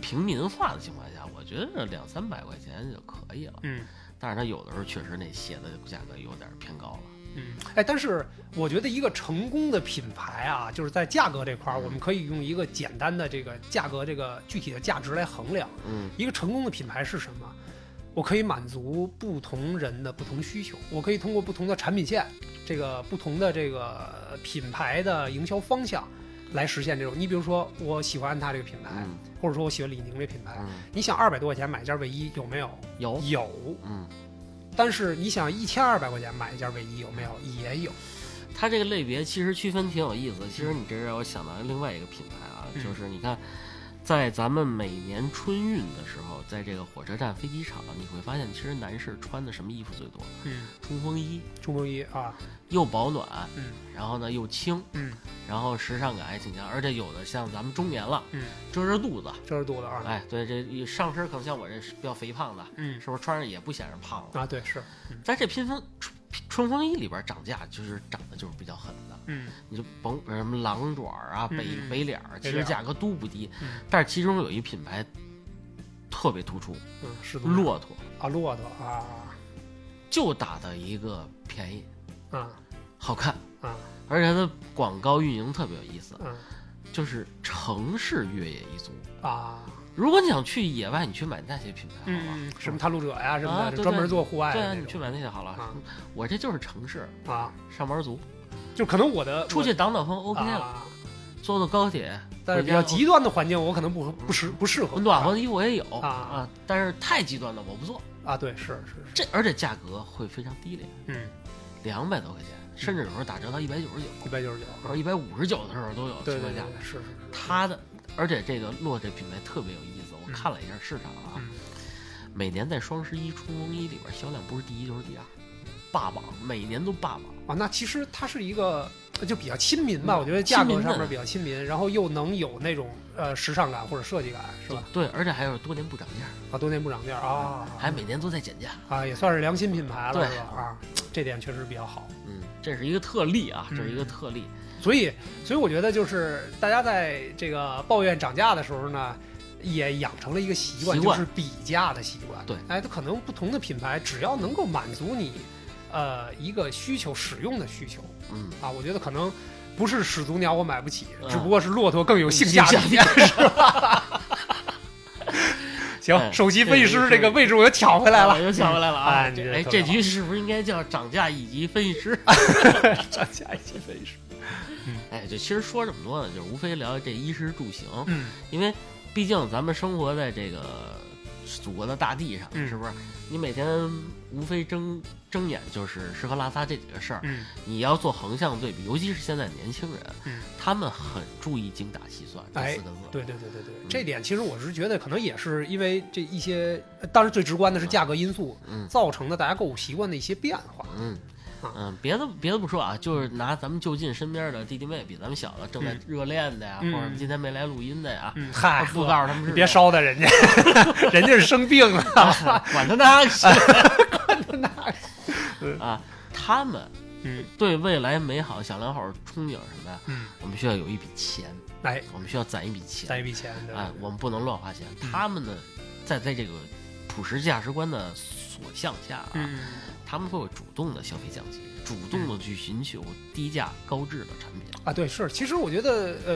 Speaker 1: 平民化的情况下，我觉得两三百块钱就可以了。
Speaker 2: 嗯
Speaker 1: 但是他有的时候确实那鞋的价格有点偏高了。
Speaker 2: 嗯，哎，但是我觉得一个成功的品牌啊，就是在价格这块儿，我
Speaker 1: 嗯
Speaker 2: 们可以用一个简单的这个价格这个具体的价值来衡量。
Speaker 1: 嗯
Speaker 2: 一个成功的品牌是什么？我可以满足不同人的不同需求，我可以通过不同的产品线，这个不同的这个呃品牌的营销方向，来实现这种。你比如说，我喜欢安踏这个品牌，
Speaker 1: 嗯
Speaker 2: 或者说我喜欢李宁这品牌。
Speaker 1: 嗯，
Speaker 2: 你想二百多块钱买一件卫衣有没有？
Speaker 1: 有
Speaker 2: 有。
Speaker 1: 嗯，
Speaker 2: 但是你想一千二百块钱买一件卫衣有没有？也有。
Speaker 1: 它这个类别其实区分挺有意思。其实你这让我想到另外一个品牌啊，
Speaker 2: 嗯
Speaker 1: 就是你看，在咱们每年春运的时候，在这个火车站、飞机场，你会发现，其实男士穿的什么衣服最多？
Speaker 2: 嗯，
Speaker 1: 冲锋衣，
Speaker 2: 冲锋衣啊，
Speaker 1: 又保暖，
Speaker 2: 嗯
Speaker 1: 然后呢又轻，
Speaker 2: 嗯
Speaker 1: 然后时尚感还挺强，而且有的像咱们中年了，
Speaker 2: 嗯，
Speaker 1: 遮遮肚子，
Speaker 2: 这是多的啊，
Speaker 1: 哎，对，这一上身可能像我这比较肥胖的，
Speaker 2: 嗯
Speaker 1: 是不是穿上也不显着胖了？
Speaker 2: 啊，对是，
Speaker 1: 在这拼风春春风衣里边涨价，就是涨的就是比较狠的，
Speaker 2: 嗯
Speaker 1: 你就甭呃什么狼爪啊、
Speaker 2: 嗯
Speaker 1: 北
Speaker 2: 嗯
Speaker 1: 北脸儿，其
Speaker 2: 北脸
Speaker 1: 实
Speaker 2: 儿
Speaker 1: 价格都不低，
Speaker 2: 嗯
Speaker 1: 但是其中有一品牌特别突出，
Speaker 2: 嗯，是的
Speaker 1: 骆驼
Speaker 2: 啊，骆驼啊
Speaker 1: 就打的一个便宜、
Speaker 2: 啊
Speaker 1: 好看，
Speaker 2: 啊
Speaker 1: 而且它的广告运营特别有意思，
Speaker 2: 嗯
Speaker 1: 就是城市越野一族。
Speaker 2: 啊，
Speaker 1: 如果你想去野外，你去买那些品牌好了，
Speaker 2: 嗯，什么探路者呀什么
Speaker 1: 啊
Speaker 2: 的，
Speaker 1: 对对
Speaker 2: 就专门做户外
Speaker 1: 对
Speaker 2: 的
Speaker 1: 啊，
Speaker 2: 那
Speaker 1: 你去
Speaker 2: 种
Speaker 1: 买那些好了。
Speaker 2: 啊
Speaker 1: [laughs] 我这就是城市
Speaker 2: 啊，
Speaker 1: 上班族，
Speaker 2: 就可能我的
Speaker 1: 出去挡挡风
Speaker 2: 我
Speaker 1: OK 了，
Speaker 2: 啊，
Speaker 1: 坐坐高铁，
Speaker 2: 但是比较极端的环境，我可能不不适不适合
Speaker 1: 暖和的衣服我也有
Speaker 2: 啊
Speaker 1: 啊，但是太极端的我不做。
Speaker 2: 啊，对是是是，
Speaker 1: 这而且价格会非常低廉，
Speaker 2: 嗯，
Speaker 1: 两百多块钱，甚至有时候打折到一百九十九，
Speaker 2: 一百九十九，
Speaker 1: 或者一百五十九的时候都有
Speaker 2: 对
Speaker 1: 情况
Speaker 2: 对对
Speaker 1: 下。
Speaker 2: 对，是是是，
Speaker 1: 它的，而且这个洛这品牌特别有意思，我
Speaker 2: 嗯
Speaker 1: 看了一下市场啊，
Speaker 2: 嗯
Speaker 1: 每年在双十一、冲锋衣里边销量不是第一就是第二，霸榜，每年都霸榜。
Speaker 2: 啊，那其实它是一个呃就比较亲民吧，
Speaker 1: 嗯
Speaker 2: 我觉得价格
Speaker 1: 亲民
Speaker 2: 上
Speaker 1: 的
Speaker 2: 面比较亲民，然后又能有那种呃时尚感或者设计感，是吧？
Speaker 1: 对，而且还有多年不涨价，
Speaker 2: 啊，多年不涨价啊，
Speaker 1: 还每年都在减价。
Speaker 2: 啊也算是良心品牌了，
Speaker 1: 对
Speaker 2: 是吧？啊，这点确实比较好。
Speaker 1: 嗯，这是一个特例啊，
Speaker 2: 嗯
Speaker 1: 这是一个特例。
Speaker 2: 所以，所以我觉得就是大家在这个抱怨涨价的时候呢，也养成了一个习惯，
Speaker 1: 习惯
Speaker 2: 就是比价的习惯。
Speaker 1: 对
Speaker 2: 哎，它可能不同的品牌，只要能够满足你，呃，一个需求使用的需求
Speaker 1: 嗯，
Speaker 2: 啊，我觉得可能不是始祖鸟我买不起，
Speaker 1: 嗯
Speaker 2: 只不过是骆驼更有性价
Speaker 1: 性
Speaker 2: 比，是吧？ [laughs] 行，
Speaker 1: 嗯
Speaker 2: 首席分析师
Speaker 1: 对
Speaker 2: 这个位置我又抢回来了，
Speaker 1: 又抢回来了啊！
Speaker 2: 哎你
Speaker 1: 这
Speaker 2: 这
Speaker 1: 哎，
Speaker 2: 特
Speaker 1: 这
Speaker 2: 别好
Speaker 1: 局是不是应该叫涨价以及分析
Speaker 2: [laughs]
Speaker 1: 师？
Speaker 2: 涨价一些分析师。
Speaker 1: 哎，就其实说这么多呢，就是无非聊这衣食住行，
Speaker 2: 嗯
Speaker 1: 因为毕竟咱们生活在这个祖国的大地上，
Speaker 2: 嗯
Speaker 1: 是不是？你每天无非睁睁眼就是吃喝拉撒这几个事儿，
Speaker 2: 嗯
Speaker 1: 你要做横向对比，尤其是现在年轻人，
Speaker 2: 嗯。
Speaker 1: 他们很注意精打细算这
Speaker 2: 哎
Speaker 1: 四个字。
Speaker 2: 对对对对对，
Speaker 1: 嗯
Speaker 2: 这点其实我是觉得可能也是因为这一些，呃当然最直观的是价格因素
Speaker 1: 嗯
Speaker 2: 造成的大家购物习惯的一些变化。
Speaker 1: 嗯
Speaker 2: 啊
Speaker 1: 嗯，别的别的不说啊，就是拿咱们就近身边的弟弟妹比咱们小的正在
Speaker 2: 嗯
Speaker 1: 热恋的呀，
Speaker 2: 嗯
Speaker 1: 或者今天没来录音的呀，哎
Speaker 2: 嗯，嗨，
Speaker 1: 不告诉他们
Speaker 2: 你
Speaker 1: 是
Speaker 2: 别
Speaker 1: 谁，
Speaker 2: 捎带
Speaker 1: [laughs]
Speaker 2: 人家，人家是生病了。
Speaker 1: 管他
Speaker 2: [laughs]
Speaker 1: 呢，
Speaker 2: 那
Speaker 1: [laughs] 啊，他们
Speaker 2: 嗯
Speaker 1: 对未来美好想良好憧憬什么呀？
Speaker 2: 嗯，
Speaker 1: 我们需要有一笔钱，
Speaker 2: 哎，
Speaker 1: 我们需要攒一笔钱，
Speaker 2: 攒一笔钱，对
Speaker 1: 哎，我们不能乱花钱。
Speaker 2: 嗯
Speaker 1: 他们呢，在在这个普世价值观的所向下啊，
Speaker 2: 嗯，
Speaker 1: 他们会有主动的消费降级，主动的去寻求低价高质的产品。
Speaker 2: 啊，对，是，其实我觉得，呃，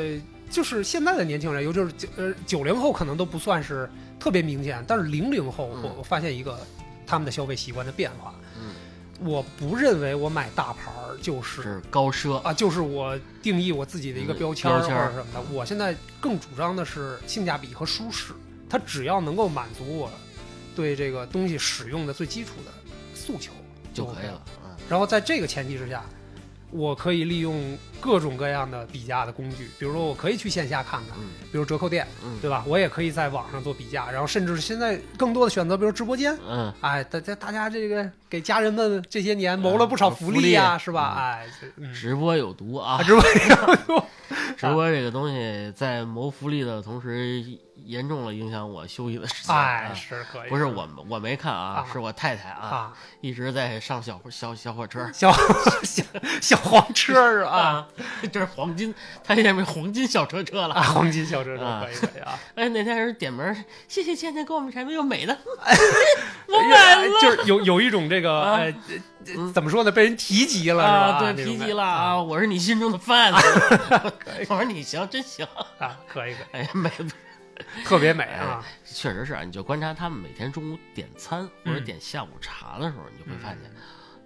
Speaker 2: 就是现在的年轻人，尤其是九呃九零后，可能都不算是特别明显，但是零零后，我
Speaker 1: 嗯
Speaker 2: 我发现一个他们的消费习惯的变化。
Speaker 1: 嗯，
Speaker 2: 我不认为我买大牌儿就是
Speaker 1: 是高奢，
Speaker 2: 啊，就是我定义我自己的一个
Speaker 1: 嗯
Speaker 2: 标签儿
Speaker 1: 标
Speaker 2: 或
Speaker 1: 签儿
Speaker 2: 者什么的。我现在更主张的是性价比和舒适，它只要能够满足我对这个东西使用的最基础的诉求
Speaker 1: 就可
Speaker 2: OK
Speaker 1: 以了。。嗯，
Speaker 2: 然后在这个前提之下，我可以利用各种各样的比价的工具，比如说我可以去线下看看，
Speaker 1: 嗯
Speaker 2: 比如折扣店，
Speaker 1: 嗯
Speaker 2: 对吧？我也可以在网上做比价，然后甚至现在更多的选择，比如直播间。
Speaker 1: 嗯，
Speaker 2: 哎，大家大家这个给家人们这些年谋了不少
Speaker 1: 嗯
Speaker 2: 福
Speaker 1: 福利
Speaker 2: 呀、是吧？
Speaker 1: 嗯
Speaker 2: 哎，这嗯，
Speaker 1: 直播有毒啊 [laughs]
Speaker 2: 啊，！直播间
Speaker 1: 直播这个东西在谋福利的同时，严重了影响我休息的时间。
Speaker 2: 哎，
Speaker 1: 啊
Speaker 2: 是可以，
Speaker 1: 不是我们，我没看啊，
Speaker 2: 啊
Speaker 1: 是我太太啊，
Speaker 2: 啊，
Speaker 1: 一直在上小小小火车
Speaker 2: 小小小黄车儿啊，
Speaker 1: 啊， [laughs] 这是黄金，他现在变黄金小车车
Speaker 2: 啊，
Speaker 1: 了。
Speaker 2: 黄金小车车
Speaker 1: 啊
Speaker 2: 可以可以啊，
Speaker 1: 哎，那天人点名，谢谢倩倩给我们产品又美
Speaker 2: [laughs]
Speaker 1: 的，我买
Speaker 2: 哎
Speaker 1: 了。
Speaker 2: 就是有有一种这个
Speaker 1: 啊
Speaker 2: 呃，这
Speaker 1: 嗯
Speaker 2: 怎么说呢，被人提及了是吧？
Speaker 1: 啊，
Speaker 2: 那
Speaker 1: 对，
Speaker 2: 种
Speaker 1: 提
Speaker 2: 感
Speaker 1: 及
Speaker 2: 觉
Speaker 1: 了啊！我是你心中的 fans，我说你行，真行，
Speaker 2: 啊，可以可
Speaker 1: 哎，美
Speaker 2: [laughs]
Speaker 1: 哎
Speaker 2: 以，特别美啊，
Speaker 1: 确实是啊，你就观察他们每天中午点餐或者
Speaker 2: 嗯
Speaker 1: 点下午茶的时候，你就会发现，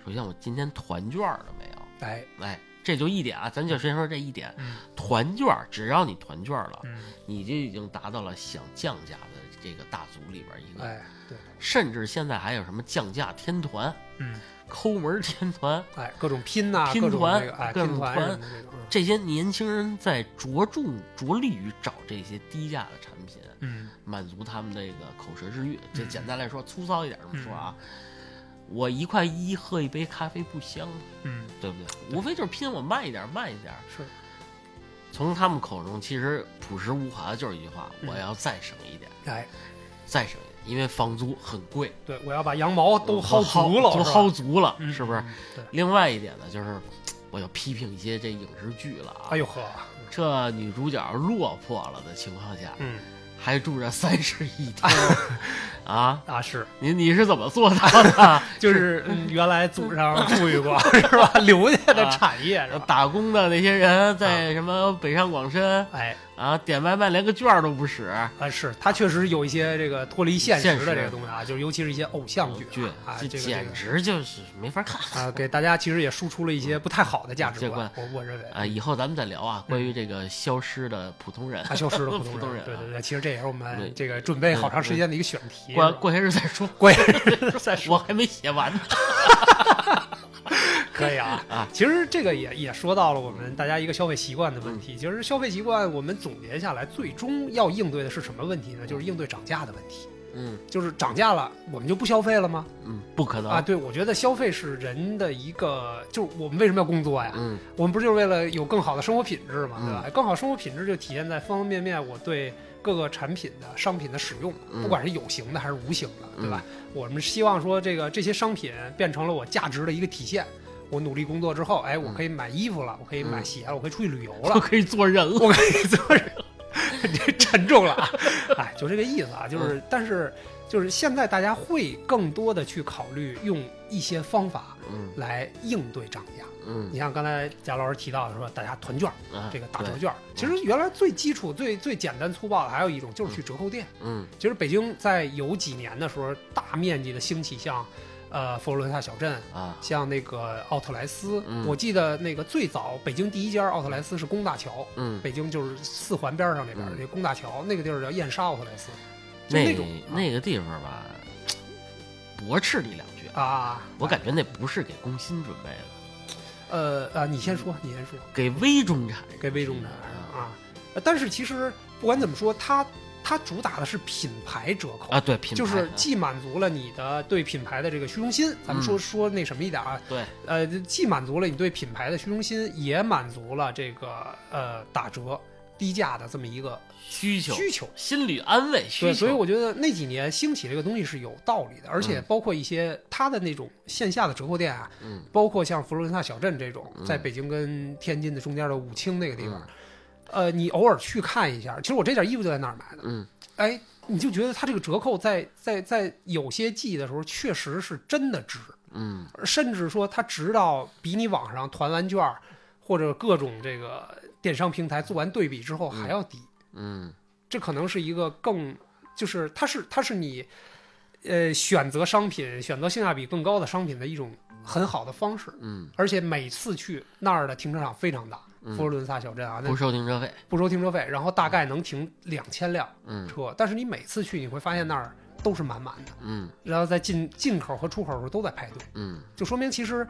Speaker 1: 首先我今天团券了没有？
Speaker 2: 哎，
Speaker 1: 哎，这就一点啊，咱就先说这一点，
Speaker 2: 嗯
Speaker 1: 团券儿只要你团券儿了，
Speaker 2: 嗯，
Speaker 1: 你就已经达到了想降价的这个大族里边一个，
Speaker 2: 哎，对，
Speaker 1: 甚至现在还有什么降价天团、
Speaker 2: 嗯，
Speaker 1: 抠门儿天团，
Speaker 2: 哎，各种拼呐、
Speaker 1: 拼
Speaker 2: 各种
Speaker 1: 团
Speaker 2: 那个哎，
Speaker 1: 各
Speaker 2: 拼
Speaker 1: 种
Speaker 2: 团
Speaker 1: 团
Speaker 2: 什么这种，
Speaker 1: 这些年轻人在着重着力于找这些低价的产品，
Speaker 2: 嗯
Speaker 1: 满足他们这个口舌之欲。这
Speaker 2: 嗯
Speaker 1: 简单来说，粗糙一点这么说啊，我一块一喝一杯咖啡不香吗？
Speaker 2: 嗯，
Speaker 1: 对不对？无非就是拼我慢一点，慢一点。
Speaker 2: 是，
Speaker 1: 从他们口中，其实朴实无华的就是一句话：
Speaker 2: 嗯
Speaker 1: 我要再省一点，
Speaker 2: 哎，
Speaker 1: 再省一点，因为房租很贵，
Speaker 2: 对我要把羊毛都
Speaker 1: 我
Speaker 2: 薅足了，
Speaker 1: 都
Speaker 2: 是吧
Speaker 1: 薅足了，
Speaker 2: 嗯
Speaker 1: 是不是？
Speaker 2: 嗯对，
Speaker 1: 另外一点呢，就是我要批评一些这影视剧了啊。
Speaker 2: 哎呦呵，
Speaker 1: 这女主角落魄了的情况下，
Speaker 2: 嗯哎
Speaker 1: 还住着三室一厅啊？
Speaker 2: 啊是，
Speaker 1: 你你是怎么做到
Speaker 2: [laughs]
Speaker 1: 的？ [laughs]
Speaker 2: 就是嗯原来祖上富裕过是吧？留下的产业是吧？
Speaker 1: 打工的那些人
Speaker 2: 啊
Speaker 1: 在什么北上广深
Speaker 2: 哎
Speaker 1: 啊，点外卖连个券儿都不使，
Speaker 2: 啊是，它确实有一些这个脱离现实
Speaker 1: 现
Speaker 2: 的
Speaker 1: 实
Speaker 2: 这个东西啊，就是尤其是一些偶像剧啊，啊
Speaker 1: 这
Speaker 2: 这个这
Speaker 1: 简
Speaker 2: 个
Speaker 1: 直就是没法看
Speaker 2: 啊，给大家其实也输出了一些不太好的价值
Speaker 1: 这
Speaker 2: 观
Speaker 1: 观，
Speaker 2: 我我认为
Speaker 1: 啊！以后咱们再聊啊，关于这个消失的普通人，
Speaker 2: 它嗯啊消失了
Speaker 1: [laughs] 普
Speaker 2: 普
Speaker 1: 通
Speaker 2: 通
Speaker 1: 人
Speaker 2: 人，对
Speaker 1: 啊
Speaker 2: 对对，其实这也是我
Speaker 1: 对
Speaker 2: 们这个准备好长时间的一个选题，
Speaker 1: 过
Speaker 2: 是吧
Speaker 1: 过些日再说，
Speaker 2: 关
Speaker 1: [laughs]
Speaker 2: 键再
Speaker 1: 我
Speaker 2: 说
Speaker 1: 还没写完呢。
Speaker 2: 可以啊
Speaker 1: 啊！
Speaker 2: [laughs] 其实这个也也说到了我们大家一个消费习惯的
Speaker 1: 嗯
Speaker 2: 问题。其实消费习惯我们总结下来，最终要应对的是什么问题呢？就是应对涨价的问题。
Speaker 1: [laughs] 嗯
Speaker 2: 就是涨价了，我们就不消费了吗？
Speaker 1: 嗯，不可
Speaker 2: 啊，
Speaker 1: 能。
Speaker 2: 对，我觉得消费是人的一个，就是我们为什么要工作呀？
Speaker 1: 嗯
Speaker 2: 我们不是就是为了有更好的生活品质嘛，
Speaker 1: 嗯
Speaker 2: 对吧？更好生活品质就体现在方方面面，我对各个产品的商品的使用，
Speaker 1: 嗯
Speaker 2: 不管是有形的还是无形的，对吧？我们希望说这个这些商品变成了我价值的一个体现。我努力工作之后，哎，
Speaker 1: 嗯
Speaker 2: 我可以买衣服了，我可以买鞋了，我可以出去旅游
Speaker 1: 我
Speaker 2: 了，
Speaker 1: 可以做人了。
Speaker 2: 我可以做人。这沉重了啊， [laughs] 哎，就这个意思啊，就是，但是就是现在大家会更多的去考虑用一些方法
Speaker 1: 嗯
Speaker 2: 来应对涨价。
Speaker 1: 嗯
Speaker 2: 你像刚才贾老师提到的说，大家团券儿
Speaker 1: 啊，
Speaker 2: 这个打折
Speaker 1: 对
Speaker 2: 券儿，其实原来最基础、最最简单粗暴的还有一种就是去折扣店。
Speaker 1: 嗯
Speaker 2: 其实北京在有几年的时候，大面积的兴起像，呃佛罗伦萨小镇，
Speaker 1: 啊
Speaker 2: 像那个奥特莱斯。
Speaker 1: 嗯
Speaker 2: 我记得那个最早北京第一家奥特莱斯是工大桥，
Speaker 1: 嗯，
Speaker 2: 北京就是四环边儿上那边儿
Speaker 1: 嗯
Speaker 2: 那工大桥那个地儿叫燕莎奥特莱斯，就
Speaker 1: 那
Speaker 2: 种啊
Speaker 1: 那个地方吧，驳斥你两句。
Speaker 2: 啊，
Speaker 1: 我感觉那不是给工薪准备的，
Speaker 2: 呃啊，你先说，你先说。
Speaker 1: 给微中产人
Speaker 2: 给微中产
Speaker 1: 啊
Speaker 2: 啊。呃但是其实不管怎么说，它它主打的是品牌折扣，
Speaker 1: 啊，对，品牌
Speaker 2: 就是既满足了你的对品牌的这个虚荣心，
Speaker 1: 嗯
Speaker 2: 咱们说、说那什么一点啊，
Speaker 1: 对，
Speaker 2: 呃，既满足了你对品牌的虚荣心，也满足了这个呃打折低价的这么一个
Speaker 1: 需求、
Speaker 2: 需求。
Speaker 1: 心理安慰需
Speaker 2: 对，
Speaker 1: 求，
Speaker 2: 所以我觉得那几年兴起这个东西是有道理的，而且包括一些它的那种线下的折扣店啊，
Speaker 1: 嗯
Speaker 2: 包括像佛罗伦萨小镇这种，
Speaker 1: 嗯
Speaker 2: 在北京跟天津的中间的武清那个地方，呃，你偶尔去看一下，其实我这件衣服就在那儿买的，
Speaker 1: 嗯
Speaker 2: 哎，你就觉得它这个折扣在在在有些季的时候确实是真的值，
Speaker 1: 嗯
Speaker 2: 甚至说它值到比你网上团完券儿或者各种这个电商平台做完对比之后还要低，
Speaker 1: 嗯
Speaker 2: 这可能是一个更就是它是它是你呃选择商品选择性价比更高的商品的一种很好的方式。
Speaker 1: 嗯，
Speaker 2: 而且每次去那儿的停车场非常大，
Speaker 1: 嗯
Speaker 2: 佛罗伦萨小镇啊，那
Speaker 1: 不收停车费，
Speaker 2: 不收停车费，然后大概能停两千辆
Speaker 1: 嗯
Speaker 2: 车，但是你每次去你会发现那儿都是满满的，
Speaker 1: 嗯
Speaker 2: 然后在进进口和出口的时候都在排队，
Speaker 1: 嗯
Speaker 2: 就说明其实。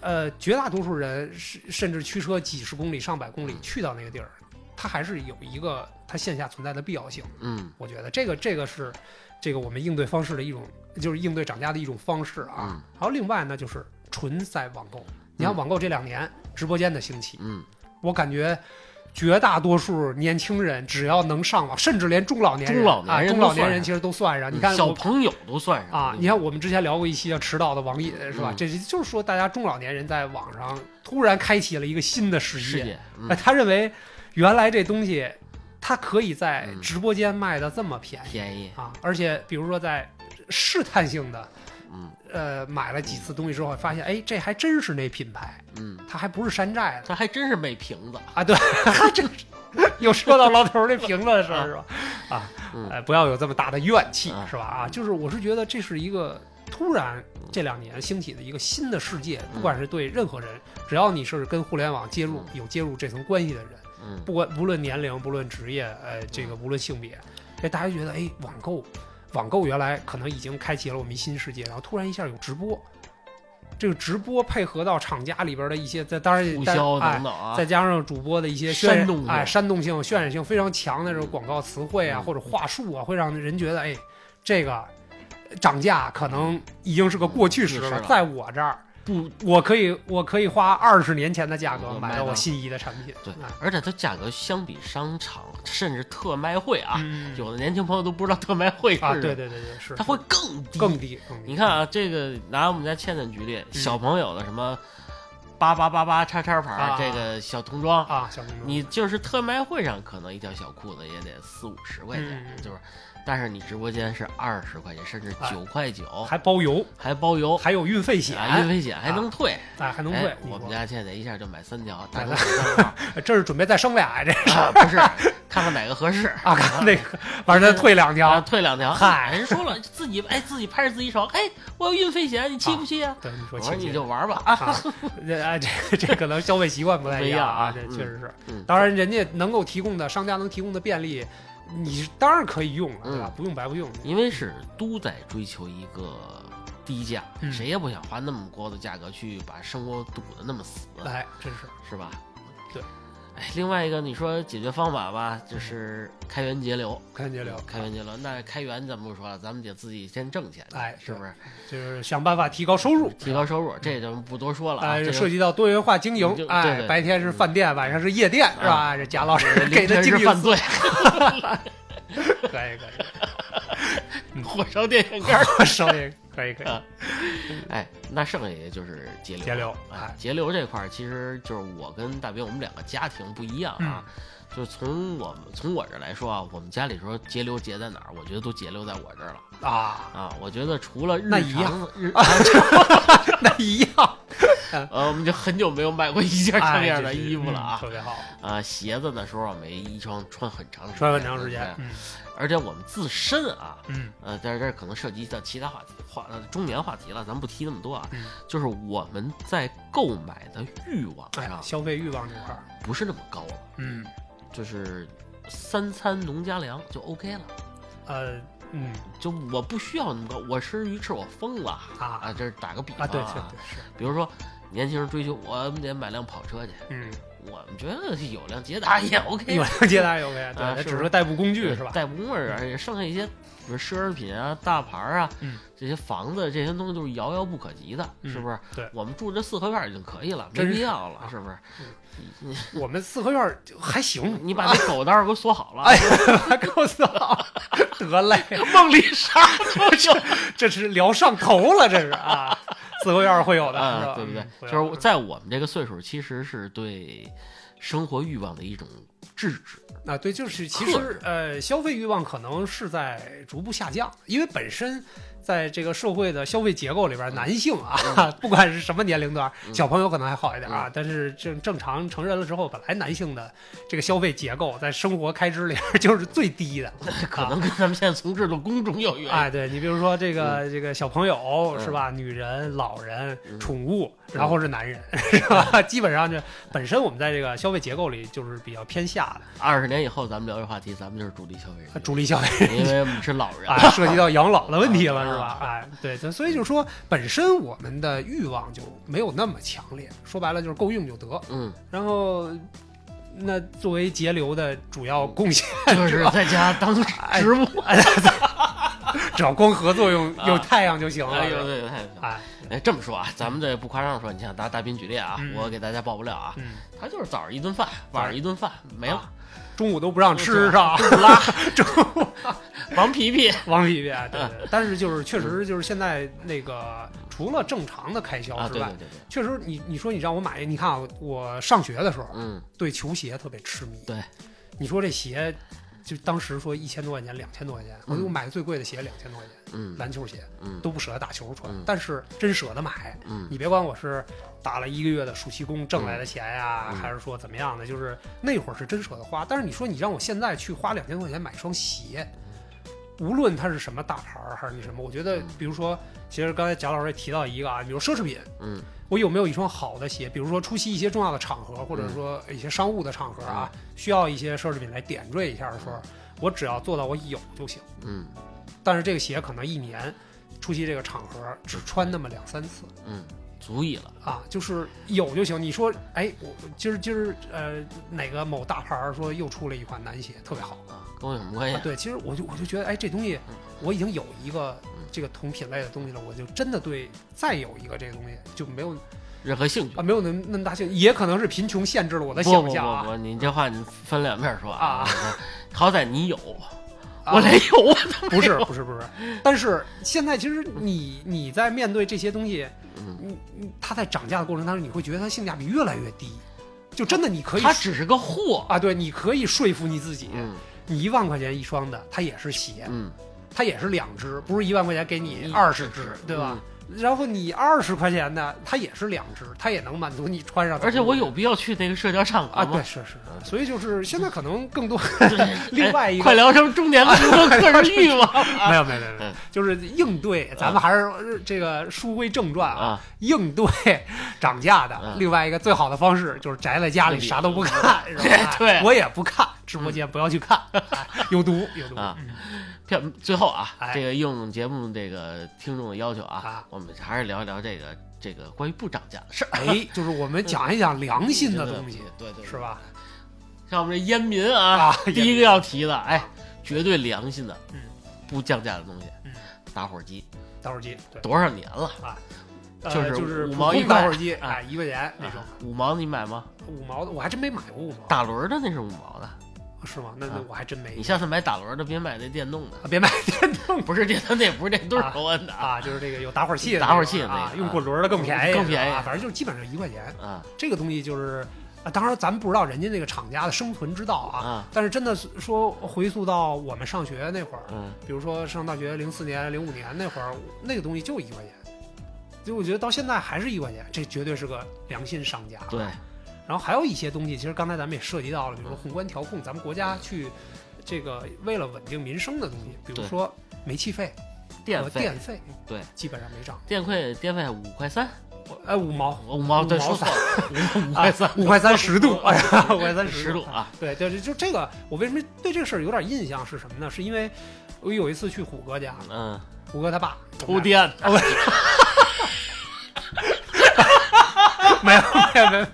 Speaker 2: 呃，绝大多数人甚甚至驱车几十公里、上百公里去到那个地儿，它还是有一个它线下存在的必要性。
Speaker 1: 嗯
Speaker 2: 我觉得这个这个是这个我们应对方式的一种，就是应对涨价的一种方式啊。
Speaker 1: 嗯
Speaker 2: 还有另外呢，就是纯在网购。你看网购这两年直播间的兴起，
Speaker 1: 嗯，
Speaker 2: 我感觉绝大多数年轻人只要能上网，甚至连中老年人
Speaker 1: 中老年
Speaker 2: 啊
Speaker 1: 人
Speaker 2: 中
Speaker 1: 都
Speaker 2: 老年
Speaker 1: 算
Speaker 2: 人
Speaker 1: 上
Speaker 2: 其实都算啊上。你
Speaker 1: 嗯
Speaker 2: 看
Speaker 1: 小
Speaker 2: 我
Speaker 1: 朋友都算上
Speaker 2: 啊，
Speaker 1: 嗯
Speaker 2: 你看我们之前聊过一期叫迟到的网瘾是吧？
Speaker 1: 嗯
Speaker 2: 这就是说大家中老年人在网上突然开启了一个新的事
Speaker 1: 世
Speaker 2: 业，
Speaker 1: 界，嗯
Speaker 2: 哎，他认为原来这东西他可以在
Speaker 1: 嗯
Speaker 2: 直播间卖的这么便宜。
Speaker 1: 便宜，
Speaker 2: 啊，而且比如说在试探性的，
Speaker 1: 嗯
Speaker 2: 呃，买了几次东西之后，发现哎，这还真是那品牌，
Speaker 1: 嗯，
Speaker 2: 它还不是山寨的
Speaker 1: 他还真是没瓶子，
Speaker 2: 啊，对，
Speaker 1: [laughs]
Speaker 2: 还真是。又说到老头儿那瓶子的事儿是吧？啊，
Speaker 1: 嗯
Speaker 2: 呃，不要有这么大的怨气
Speaker 1: 啊
Speaker 2: 是吧？啊，就是我是觉得这是一个突然这两年兴起的一个新的世界，
Speaker 1: 嗯
Speaker 2: 不管是对任何人，只要你是跟互联网接入有接入这层关系的人，
Speaker 1: 嗯，
Speaker 2: 不管无论年龄，不论职业，呃，这个无论性别，哎，大家觉得哎，网购，网购原来可能已经开启了我们一新世界，然后突然一下有直播，这个直播配合到厂家里边的一些，在当然
Speaker 1: 促
Speaker 2: 但
Speaker 1: 销
Speaker 2: 哎
Speaker 1: 等等啊，
Speaker 2: 再加上主播的一些渲染
Speaker 1: 煽动嗯性
Speaker 2: 哎，煽动性、渲染性非常强的这种广告词汇啊，或者话术啊，会让人觉得，哎，这个涨价可能已经是个过去式
Speaker 1: 嗯过去式
Speaker 2: 了
Speaker 1: 了，
Speaker 2: 在我这儿，
Speaker 1: 不，
Speaker 2: 我可以，我可以花二十年前的价格
Speaker 1: 嗯
Speaker 2: 买
Speaker 1: 买
Speaker 2: 到我
Speaker 1: 到
Speaker 2: 心仪的产品，
Speaker 1: 对
Speaker 2: 哎，
Speaker 1: 而且它价格相比商场甚至特卖会啊，
Speaker 2: 嗯
Speaker 1: 有的年轻朋友都不知道特卖会是
Speaker 2: 啊，
Speaker 1: 什么
Speaker 2: 对对对对，是
Speaker 1: 它会更低。
Speaker 2: 更低，更低
Speaker 1: 你看，啊，这个拿我们家倩倩举
Speaker 2: 嗯
Speaker 1: 例，小朋友的什么八八八八叉叉牌儿，
Speaker 2: 啊
Speaker 1: 这个小童装，
Speaker 2: 啊，小明哥，
Speaker 1: 你就是特卖会上可能一条小裤子也得四五十块钱，
Speaker 2: 嗯
Speaker 1: 就是，但是你直播间是二十块钱，甚至
Speaker 2: 哎
Speaker 1: 九块九、
Speaker 2: 还包邮，
Speaker 1: 还包邮，
Speaker 2: 还有运费险，
Speaker 1: 啊运
Speaker 2: 哎，
Speaker 1: 费险还能退，
Speaker 2: 还能退
Speaker 1: 哎，
Speaker 2: 你
Speaker 1: 我们
Speaker 2: 说
Speaker 1: 家倩倩一下就买三条，打
Speaker 2: 买
Speaker 1: 折三条。
Speaker 2: 这是准备再生俩呀这
Speaker 1: 啊，不是，看看哪个合适
Speaker 2: 啊，看那个，反正再退两
Speaker 1: [laughs] 然后
Speaker 2: 条，
Speaker 1: 退两条。
Speaker 2: 嗨
Speaker 1: 人说了自己哎自己拍着自己手，哎，我有运费险，你气不气啊？
Speaker 2: 对，你说
Speaker 1: 我
Speaker 2: 亲
Speaker 1: 说
Speaker 2: 戚
Speaker 1: 你就玩吧啊，
Speaker 2: 啊，这啊这个这可能消费习惯不太一样啊，
Speaker 1: 不
Speaker 2: 这
Speaker 1: 一样啊
Speaker 2: 确实是。
Speaker 1: 嗯
Speaker 2: 当然，人家能够提供的商家能提供的便利，你是当然可以用了，对吧？不用白不用。
Speaker 1: 嗯因为是都在追求一个低价，
Speaker 2: 嗯
Speaker 1: 谁也不想花那么高的价格去把生活堵得那么死，
Speaker 2: 哎，真是
Speaker 1: 是吧？
Speaker 2: 对。
Speaker 1: 哎，另外一个你说解决方法吧，就是开源节流。
Speaker 2: 看节流，
Speaker 1: 嗯开源节流，那开源咱不说了，咱们得自己先挣钱，
Speaker 2: 哎
Speaker 1: 是不是？
Speaker 2: 就是想办法提高收入，
Speaker 1: 提高收入，这就不多说了啊。
Speaker 2: 但
Speaker 1: 这
Speaker 2: 是
Speaker 1: 就
Speaker 2: 哎涉及到多元化经
Speaker 1: 你
Speaker 2: 营
Speaker 1: 就，对
Speaker 2: 哎，
Speaker 1: 对嗯啊
Speaker 2: 白天是饭店，晚上是夜店，是吧？这贾老师给
Speaker 1: 凌
Speaker 2: 的
Speaker 1: 晨
Speaker 2: 经
Speaker 1: 是
Speaker 2: 营
Speaker 1: 犯罪，
Speaker 2: 可以
Speaker 1: [laughs]
Speaker 2: 可以，
Speaker 1: 火烧电线杆儿。
Speaker 2: [laughs] 我收益可
Speaker 1: [laughs]
Speaker 2: 以可以，
Speaker 1: 哎，那剩下也就是节流。
Speaker 2: 节流
Speaker 1: 哎
Speaker 2: 哎，
Speaker 1: 节流这块儿，其实就是我跟大兵我们两个家庭不一样
Speaker 2: 嗯
Speaker 1: 啊。就是从我们从我这儿来说啊，我们家里说节流节在哪儿，我觉得都节流在我这儿了
Speaker 2: 啊，
Speaker 1: 啊。我觉得除了日
Speaker 2: 那一
Speaker 1: 常
Speaker 2: 样啊
Speaker 1: 的日，
Speaker 2: 那一
Speaker 1: [laughs]
Speaker 2: 样
Speaker 1: 呃，我们就很久没有买过一件
Speaker 2: 哎
Speaker 1: 这样的
Speaker 2: 这是
Speaker 1: 衣服了
Speaker 2: 嗯
Speaker 1: 啊。
Speaker 2: 特别好，
Speaker 1: 啊，鞋子的时候我没一双穿很长时间，
Speaker 2: 穿很长时
Speaker 1: 对
Speaker 2: 间，
Speaker 1: 不对
Speaker 2: 嗯
Speaker 1: 而且我们自身啊，
Speaker 2: 嗯
Speaker 1: 呃，但是这可能涉及到其他话题、话呃中年话题了，咱们不提那么多啊。
Speaker 2: 嗯
Speaker 1: 就是我们在购买的欲望
Speaker 2: 哎
Speaker 1: 上，
Speaker 2: 消费欲望这块儿，
Speaker 1: 不是那么高了，
Speaker 2: 嗯
Speaker 1: 就是三餐农家粮就 OK 了，
Speaker 2: 呃嗯
Speaker 1: 就我不需要那么高，我吃鱼翅我疯了
Speaker 2: 啊
Speaker 1: 啊！这是打个比方
Speaker 2: 啊，对对对是，
Speaker 1: 比如说年轻人追求我们得买辆跑车去，
Speaker 2: 嗯。
Speaker 1: 我们觉得有辆捷达也 OK
Speaker 2: 有
Speaker 1: 了。
Speaker 2: 辆捷达有呗，对，
Speaker 1: 啊
Speaker 2: 它
Speaker 1: 是
Speaker 2: 只
Speaker 1: 不
Speaker 2: 是
Speaker 1: 是
Speaker 2: 个代步工具是吧？
Speaker 1: 代步工具，而且剩下一些，比如奢侈品啊、大牌啊，
Speaker 2: 嗯
Speaker 1: 这些房子这些东西都是遥遥不可及的，
Speaker 2: 嗯
Speaker 1: 是不是？
Speaker 2: 对
Speaker 1: 我们住这四合院儿就可以了，没
Speaker 2: 真是
Speaker 1: 必要了
Speaker 2: 啊，
Speaker 1: 是不是？你
Speaker 2: 我们四合院儿就还
Speaker 1: 你
Speaker 2: 行，
Speaker 1: 你把那狗蛋儿给我锁好了，
Speaker 2: [laughs] 哎呀，给
Speaker 1: [laughs]
Speaker 2: 我操，得嘞，
Speaker 1: 梦里杀都就
Speaker 2: 这是聊上头了，这是啊，四合院儿会有的，是吧
Speaker 1: 啊，对不对
Speaker 2: 嗯？会
Speaker 1: 就
Speaker 2: 有
Speaker 1: 是
Speaker 2: 的
Speaker 1: 在我们这个岁数，其实是对生活欲望的一种制止。
Speaker 2: 啊，对，就是其
Speaker 1: 克
Speaker 2: 实呃，消费欲望可能是在逐步下降，因为本身在这个社会的消费结构
Speaker 1: 嗯
Speaker 2: 里边儿，男性啊，不管是什么年龄段儿，小朋友可能还好一点
Speaker 1: 嗯
Speaker 2: 啊，但是正正常成人了之后，本来男性的这个消费结构在生活开支里边儿就是最低的，
Speaker 1: 可能跟咱们现在从事的工种有原因。
Speaker 2: 啊哎，对你比如说这
Speaker 1: 嗯
Speaker 2: 个这个小朋友是吧？女人、老人、宠
Speaker 1: 嗯
Speaker 2: 物，然后是男人是吧？ [laughs] 基本上这本身我们在这个消费结构里就是比较偏下
Speaker 1: 二十年以后，咱们聊这话题，咱们就是主力消费
Speaker 2: 的
Speaker 1: 人
Speaker 2: 主力消费，
Speaker 1: 群，因为我们是老人。
Speaker 2: 哎，涉及到养老的问题了
Speaker 1: [laughs] 啊
Speaker 2: 是吧？哎，对，就所以就是说，本身我们的欲望就没有那么强烈，说白了就是够用就得。
Speaker 1: 嗯，
Speaker 2: 然后，那作为节流的主
Speaker 1: 嗯
Speaker 2: 要贡献，
Speaker 1: 就是在家当
Speaker 2: 哎
Speaker 1: 植物。
Speaker 2: 只要光合作用有
Speaker 1: 啊
Speaker 2: 太阳就行了。
Speaker 1: 哎
Speaker 2: 是
Speaker 1: 呦，
Speaker 2: 吧
Speaker 1: 对对对。
Speaker 2: 哎，
Speaker 1: 哎，这么说啊，咱们这不夸张地说，你像拿大斌举例啊，
Speaker 2: 嗯
Speaker 1: 我给大家爆不料啊，
Speaker 2: 嗯，
Speaker 1: 他就是早上一顿饭，晚上一顿饭没了，
Speaker 2: 中午都不让吃上，
Speaker 1: 拉
Speaker 2: [laughs] 中午。
Speaker 1: 王皮皮，
Speaker 2: 王皮皮，对对
Speaker 1: 嗯
Speaker 2: 对，但是就是确实就是现在那个除了正常的开销
Speaker 1: 啊，
Speaker 2: 之
Speaker 1: 对
Speaker 2: 外，
Speaker 1: 对对对，
Speaker 2: 确实你你说你让我买，你看啊，我上学的时候
Speaker 1: 嗯，
Speaker 2: 对球鞋特别痴迷，
Speaker 1: 对，
Speaker 2: 你说这鞋就当时说一千多块钱、两千多块钱，我
Speaker 1: 嗯
Speaker 2: 就买的最贵的鞋两千多块钱，
Speaker 1: 嗯
Speaker 2: 篮球鞋
Speaker 1: 嗯
Speaker 2: 都不舍得打球穿
Speaker 1: 嗯，
Speaker 2: 但是真舍得买。
Speaker 1: 嗯
Speaker 2: 你别管我是打了一个月的暑期工挣来的钱呀，
Speaker 1: 嗯
Speaker 2: 还是说怎么样的，就是那会儿是真舍得花。但是你说你让我现在去花两千块钱买一双鞋，无论它是什么大牌儿还是你什么，我觉得
Speaker 1: 嗯，
Speaker 2: 比如说，其实刚才贾老师也提到一个啊，比如奢侈品，
Speaker 1: 嗯
Speaker 2: 我有没有一双好的鞋？比如说出席一些重要的场合，或
Speaker 1: 嗯
Speaker 2: 者说一些商务的场合啊，需要一些奢侈品来点缀一下的时候，我只要做到我有就行。
Speaker 1: 嗯
Speaker 2: 但是这个鞋可能一年出席这个场合只穿那么两三次
Speaker 1: 嗯，足以了。
Speaker 2: 啊，就是有就行。你说，哎，我今儿今儿呃哪个某大牌儿说又出了一款男鞋特别好
Speaker 1: 啊，跟我有什么关系
Speaker 2: 啊？，对，其实我就我就觉得，哎，这东西
Speaker 1: 嗯
Speaker 2: 我已经有一个
Speaker 1: 嗯
Speaker 2: 这个同品类的东西了，我就真的对再有一个这个东西就没有
Speaker 1: 任何兴趣。
Speaker 2: 啊，没有那么那么大兴趣，也可能是贫穷限制了我的
Speaker 1: 不
Speaker 2: 想
Speaker 1: 不
Speaker 2: 象
Speaker 1: 不
Speaker 2: 啊。
Speaker 1: 不，你这话你分两面说
Speaker 2: 啊！
Speaker 1: 好歹你有，
Speaker 2: 啊
Speaker 1: 我没有啊。
Speaker 2: 不是不是不是，但是现在其实你你在面对这些东西，
Speaker 1: 嗯，
Speaker 2: 你你它在涨价的过程当中，你会觉得它性价比越来越低，就真的你可以哎
Speaker 1: 它只是个货。
Speaker 2: 啊，对，你可以说服你自己，
Speaker 1: 嗯
Speaker 2: 你一万块钱一双的，它也是鞋，
Speaker 1: 嗯，
Speaker 2: 它也是两只，不是一万块钱给你
Speaker 1: 嗯
Speaker 2: 二十只，对吧？然后你二十块钱的，它也是两只，它也能满足你穿上。
Speaker 1: 而且我有必要去那个社交场合
Speaker 2: 啊，对，
Speaker 1: 吗？嗯
Speaker 2: 是是，是所以就是现在可能
Speaker 1: [laughs]
Speaker 2: 更多 [laughs]
Speaker 1: 哎
Speaker 2: 另外一个啊
Speaker 1: 快聊成中年工作个人欲望
Speaker 2: 没有没有没有没有
Speaker 1: 嗯，
Speaker 2: 就是应对，咱们还是这个书归正传啊，
Speaker 1: 啊！
Speaker 2: 应对涨价的
Speaker 1: 嗯
Speaker 2: 另外一个最好的方式就是宅在家里
Speaker 1: 嗯
Speaker 2: 啥都不看，是
Speaker 1: [laughs]
Speaker 2: 吧
Speaker 1: 对嗯
Speaker 2: 我也不看直播间，不要去看，哎有毒有毒
Speaker 1: 啊
Speaker 2: 嗯
Speaker 1: 票最后啊
Speaker 2: 哎，
Speaker 1: 这个应节目这个听众的要求啊
Speaker 2: 啊，
Speaker 1: 我们还是聊一聊这个这个关于不涨价的事儿，
Speaker 2: 哎，就是我们讲
Speaker 1: [laughs]
Speaker 2: 一讲良心的东西，
Speaker 1: 对对对
Speaker 2: 是吧？
Speaker 1: 像我们这烟民啊，
Speaker 2: 啊，
Speaker 1: 第一个要提的，哎，绝对良心的，
Speaker 2: 嗯
Speaker 1: 不降价的东西，
Speaker 2: 嗯
Speaker 1: 打火机
Speaker 2: 打火机，对，
Speaker 1: 多少年了？
Speaker 2: 呃
Speaker 1: 就是
Speaker 2: 就是
Speaker 1: 五
Speaker 2: 普
Speaker 1: 毛一
Speaker 2: 通打
Speaker 1: 块
Speaker 2: 火机，
Speaker 1: 啊
Speaker 2: 哎，一块钱那种
Speaker 1: 啊五毛你买吗？
Speaker 2: 五毛的，我还真没买过五毛，
Speaker 1: 打轮儿的那是五毛的，
Speaker 2: 是吗？那那
Speaker 1: 啊
Speaker 2: 我还真没
Speaker 1: 你。下次买打轮儿的，别买那电动的，
Speaker 2: 啊，别买 [laughs] 电动
Speaker 1: 不是电动，那也不是电动手摁的啊
Speaker 2: 啊，就是这个有打火器的那种啊，
Speaker 1: 打火器的那个
Speaker 2: 用
Speaker 1: 啊
Speaker 2: 滚轮的更便宜，
Speaker 1: 更便宜
Speaker 2: 是吧啊，反正就是基本上一块钱。
Speaker 1: 啊
Speaker 2: 这个东西就是啊，当然咱们不知道人家那个厂家的生存之道啊，
Speaker 1: 啊
Speaker 2: 但是真的是说回溯到我们上学那会儿，
Speaker 1: 嗯
Speaker 2: 比如说上大学零四年、零五年那会儿，那个东西就一块钱，所以我觉得到现在还是一块钱，这绝对是个良心商家。
Speaker 1: 对
Speaker 2: 然后还有一些东西，其实刚才咱们也涉及到了，比
Speaker 1: 嗯
Speaker 2: 如说宏观调控，咱们国家去这个为了稳定民生的东西，比如
Speaker 1: 对
Speaker 2: 说煤气费和
Speaker 1: 电费
Speaker 2: 电费，
Speaker 1: 对，
Speaker 2: 基本上没涨，
Speaker 1: 电费电费五块三
Speaker 2: 我哎五毛。
Speaker 1: 五毛对
Speaker 2: 五毛
Speaker 1: 说错了五五块三
Speaker 2: 五块三十度，哎呀，五块三
Speaker 1: 十度啊
Speaker 2: 对对，就就这个，我为什么对这个事儿有点印象是什么呢？是因为我有一次去虎哥家，
Speaker 1: 嗯
Speaker 2: 虎哥他爸
Speaker 1: 偷，电
Speaker 2: 我们俩 [laughs] 没有
Speaker 1: [laughs]
Speaker 2: 没有没有，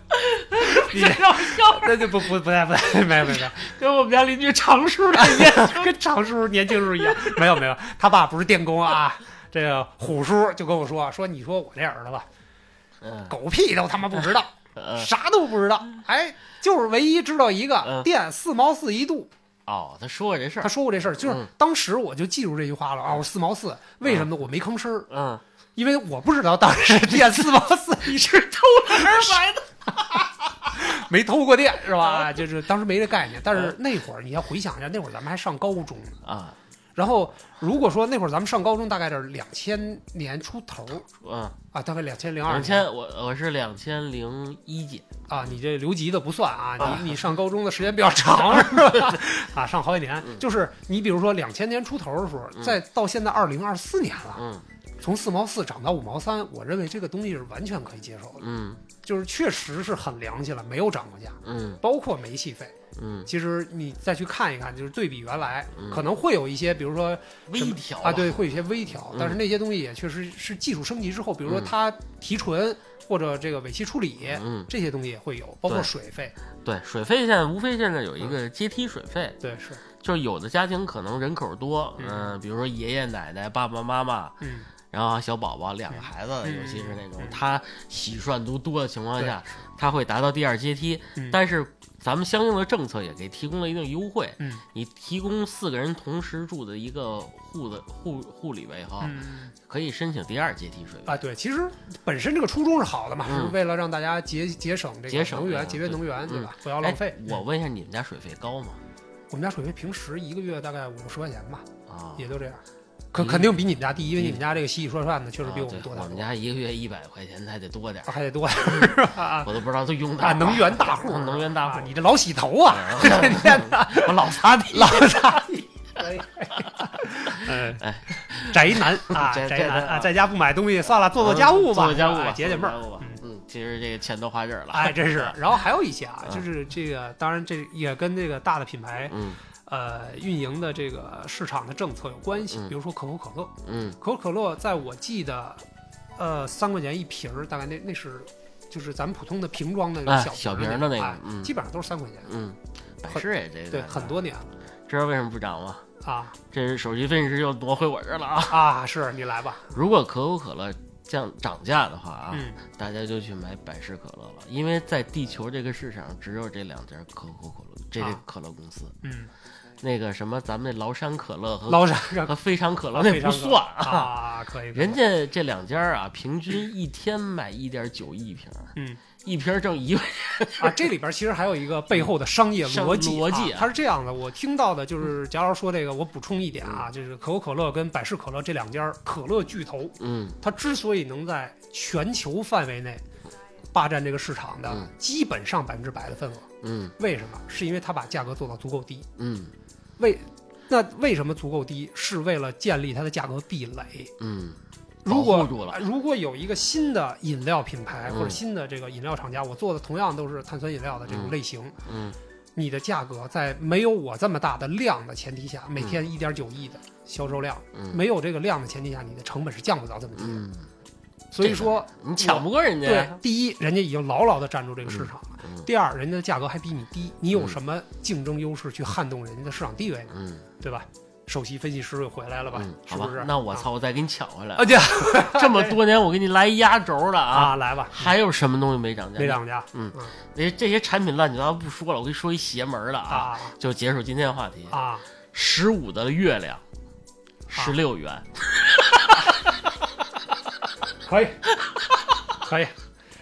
Speaker 1: 你让笑
Speaker 2: [laughs] 那就不不不太不太没有
Speaker 1: [laughs]
Speaker 2: 没有没有，
Speaker 1: 跟我们家邻居常叔的一样
Speaker 2: 跟常叔年轻时候一样，没有没有，他爸不是电工啊，这个虎叔就跟我说说，你说我这儿子吧，
Speaker 1: 嗯
Speaker 2: 狗屁都他妈不知道，
Speaker 1: 嗯
Speaker 2: 啥都不知道，哎，就是唯一知道一个
Speaker 1: 嗯
Speaker 2: 电四毛四一度，
Speaker 1: 哦他说过这事
Speaker 2: 他
Speaker 1: 儿
Speaker 2: 说过这事儿，就是
Speaker 1: 嗯
Speaker 2: 当时我就记住这句话了啊，我四毛四，为什么呢？我没吭声儿，
Speaker 1: 嗯
Speaker 2: 因为我不知道当时电四毛四一是
Speaker 1: 偷懒儿买的
Speaker 2: [laughs] 没偷过电是
Speaker 1: 啊
Speaker 2: 吧？就是当时没这概念，但是那会儿你要回想一下，那会儿咱们还上高中呢。
Speaker 1: 啊
Speaker 2: 然后如果说那会儿咱们上高中，大概是两千年出头
Speaker 1: 嗯
Speaker 2: 啊，大概两千零二
Speaker 1: 两千我我是两千零一届
Speaker 2: 啊，你这留级的不算啊
Speaker 1: 啊，
Speaker 2: 你你上高中的时间比较长
Speaker 1: [laughs]
Speaker 2: 是吧？啊，上好几年，
Speaker 1: 嗯
Speaker 2: 就是你比如说两千年出头的时候，
Speaker 1: 嗯
Speaker 2: 再到现在二零二四年了，
Speaker 1: 嗯
Speaker 2: 从四毛四涨到五毛三，我认为这个东西是完全可以接受的，
Speaker 1: 嗯
Speaker 2: 就是确实是很良心了，没有涨过价，
Speaker 1: 嗯
Speaker 2: 包括煤气费。
Speaker 1: 嗯
Speaker 2: 其实你再去看一看，就是对比原来，
Speaker 1: 嗯
Speaker 2: 可能会有一些，比如说
Speaker 1: 微
Speaker 2: 什么
Speaker 1: 调
Speaker 2: 啊，对，会有一些微调
Speaker 1: 嗯，
Speaker 2: 但是那些东西也确实是技术升级之后，比如说
Speaker 1: 嗯
Speaker 2: 它提纯或者这个尾气处理
Speaker 1: 嗯
Speaker 2: 这些东西也会有，包括
Speaker 1: 对
Speaker 2: 水费，
Speaker 1: 对水费现在无非现在有一个阶梯水费。
Speaker 2: 对是，
Speaker 1: 就是有的家庭可能人口多，
Speaker 2: 嗯
Speaker 1: 嗯、比如说爷爷奶奶、爸爸妈妈，
Speaker 2: 嗯，
Speaker 1: 然后啊小宝宝两个孩子，
Speaker 2: 嗯
Speaker 1: 尤其是那种
Speaker 2: 嗯
Speaker 1: 他洗涮都多的情况
Speaker 2: 对
Speaker 1: 下，他会达到第二阶梯。
Speaker 2: 嗯
Speaker 1: 但是咱们相应的政策也给提供了一定优惠，
Speaker 2: 嗯
Speaker 1: 你提供四个人同时住的一个户的户户里位哈，
Speaker 2: 嗯
Speaker 1: 可以申请第二阶梯税费。
Speaker 2: 啊对，其实本身这个初衷是好的嘛，
Speaker 1: 嗯
Speaker 2: 是为了让大家节节省这
Speaker 1: 节
Speaker 2: 个
Speaker 1: 省
Speaker 2: 能源，
Speaker 1: 能源
Speaker 2: 节约
Speaker 1: 对
Speaker 2: 能源，对吧？不要
Speaker 1: 哎
Speaker 2: 浪费。
Speaker 1: 我问一下，你们家水费高吗？
Speaker 2: 我们家水费平时一个月大概五十块钱吧，
Speaker 1: 啊，
Speaker 2: 也就这样，可
Speaker 1: 嗯
Speaker 2: 肯定比你们家低，因为你们家这个洗洗涮涮的确实比
Speaker 1: 啊
Speaker 2: 我
Speaker 1: 对
Speaker 2: 们多太
Speaker 1: 我们
Speaker 2: 多，
Speaker 1: 家一个月一百块钱还得多点儿，
Speaker 2: 还得多是吧？啊
Speaker 1: 我都不知道都用哪
Speaker 2: 啊，
Speaker 1: 儿了
Speaker 2: 能源大户，
Speaker 1: [laughs] 能源大户
Speaker 2: 啊，你这老
Speaker 1: [laughs]
Speaker 2: 洗头啊！ [laughs]
Speaker 1: 我老擦地，
Speaker 2: 老大地， [laughs] 哎
Speaker 1: 哎，
Speaker 2: 宅
Speaker 1: [laughs]
Speaker 2: 男啊，
Speaker 1: 宅
Speaker 2: 宅
Speaker 1: 宅
Speaker 2: 男
Speaker 1: 男
Speaker 2: 啊，
Speaker 1: 啊嗯
Speaker 2: 在家不买东西，算了， [laughs] 做做家务吧，
Speaker 1: 做做家务
Speaker 2: 哎
Speaker 1: 吧，
Speaker 2: 解解闷儿
Speaker 1: 做做家务吧
Speaker 2: 嗯
Speaker 1: 嗯，其实这个钱都花这儿了。
Speaker 2: 哎，真是。然后还有一些
Speaker 1: [laughs]
Speaker 2: 啊，
Speaker 1: 嗯
Speaker 2: 就是这个，当然这也跟这个大的品牌
Speaker 1: 嗯
Speaker 2: 呃运营的这个市场的政策有关系。
Speaker 1: 嗯
Speaker 2: 比如说可口可乐，
Speaker 1: 嗯
Speaker 2: 可口可乐在我记得，呃，三块钱一瓶儿，大概那那是就是咱们普通的瓶装的
Speaker 1: 哎
Speaker 2: 小
Speaker 1: 小
Speaker 2: 瓶儿
Speaker 1: 瓶儿的那
Speaker 2: 种
Speaker 1: 个
Speaker 2: 哎
Speaker 1: 嗯
Speaker 2: 基本上都是三块钱。
Speaker 1: 嗯，百事也这个
Speaker 2: 对，很多年了
Speaker 1: 知道为什么不涨吗？ [laughs]
Speaker 2: 啊
Speaker 1: 这是手续费是又挪回我这儿了 [laughs] 啊！
Speaker 2: 啊，是你来吧，
Speaker 1: 如果可口可乐降涨价的话啊，
Speaker 2: 嗯，
Speaker 1: 大家就去买百事可乐了，因为在地球这个市场只有这两家可口可乐，这这
Speaker 2: 啊
Speaker 1: 可乐公司，
Speaker 2: 嗯，
Speaker 1: 那个什么咱们那崂山可乐和
Speaker 2: 捞上让
Speaker 1: 和非常可乐那不算嗯啊。
Speaker 2: 啊，可以，可以
Speaker 1: 人家这两家啊，平均一天卖一点九亿瓶儿，
Speaker 2: 嗯
Speaker 1: 一瓶儿挣一万。
Speaker 2: 啊，这里边其实还有一个背后的商业
Speaker 1: 商
Speaker 2: 逻辑、
Speaker 1: 逻辑啊，
Speaker 2: 啊
Speaker 1: 嗯
Speaker 2: 它是这样的。我听到的就是，假如说这个，我补充一点啊，就是可口可乐跟百事可乐这两家可乐巨头，
Speaker 1: 嗯，
Speaker 2: 它之所以能在全球范围内霸占这个市场的
Speaker 1: 嗯
Speaker 2: 基本上百分之百的份额，
Speaker 1: 嗯
Speaker 2: 为什么？是因为它把价格做到足够低。
Speaker 1: 嗯
Speaker 2: 为那为什么足够低？是为了建立它的价格壁垒。
Speaker 1: 嗯，
Speaker 2: 如
Speaker 1: 保
Speaker 2: 果
Speaker 1: 护住了，
Speaker 2: 如果有一个新的饮料品牌
Speaker 1: 嗯
Speaker 2: 或者新的这个饮料厂家，我做的同样都是碳酸饮料的这种
Speaker 1: 嗯
Speaker 2: 类型，
Speaker 1: 嗯，
Speaker 2: 你的价格在没有我这么大的量的前提下，每天一点九亿的销售量，
Speaker 1: 嗯
Speaker 2: 没有这个量的前提下，你的成本是降不到这么低的。
Speaker 1: 嗯，
Speaker 2: 所以说，
Speaker 1: 你抢不过人家
Speaker 2: 对
Speaker 1: 呀，，
Speaker 2: 第一，人家已经牢牢地占住这个市场了；
Speaker 1: 嗯
Speaker 2: 第二，人家的价格还比你低，你有什么竞争优势去撼动人家的市场地位呢？
Speaker 1: 嗯
Speaker 2: 对吧？首席分析师又回来了吧？
Speaker 1: 嗯，
Speaker 2: 是
Speaker 1: 好
Speaker 2: 不
Speaker 1: 吧
Speaker 2: 是？，
Speaker 1: 那我操，我再给你抢回来
Speaker 2: 啊，。对
Speaker 1: [laughs] 这么多年，我给你来一压轴的啊，嗯
Speaker 2: 啊，来吧，
Speaker 1: 还有什么东西没涨价？
Speaker 2: 没涨价
Speaker 1: 这这些产品乱七八糟不说了，我跟你说一邪门儿的啊，
Speaker 2: 啊
Speaker 1: 就结束今天的话题。
Speaker 2: 啊！
Speaker 1: 十五的月亮，十六元，
Speaker 2: 啊可以， [laughs] 可以，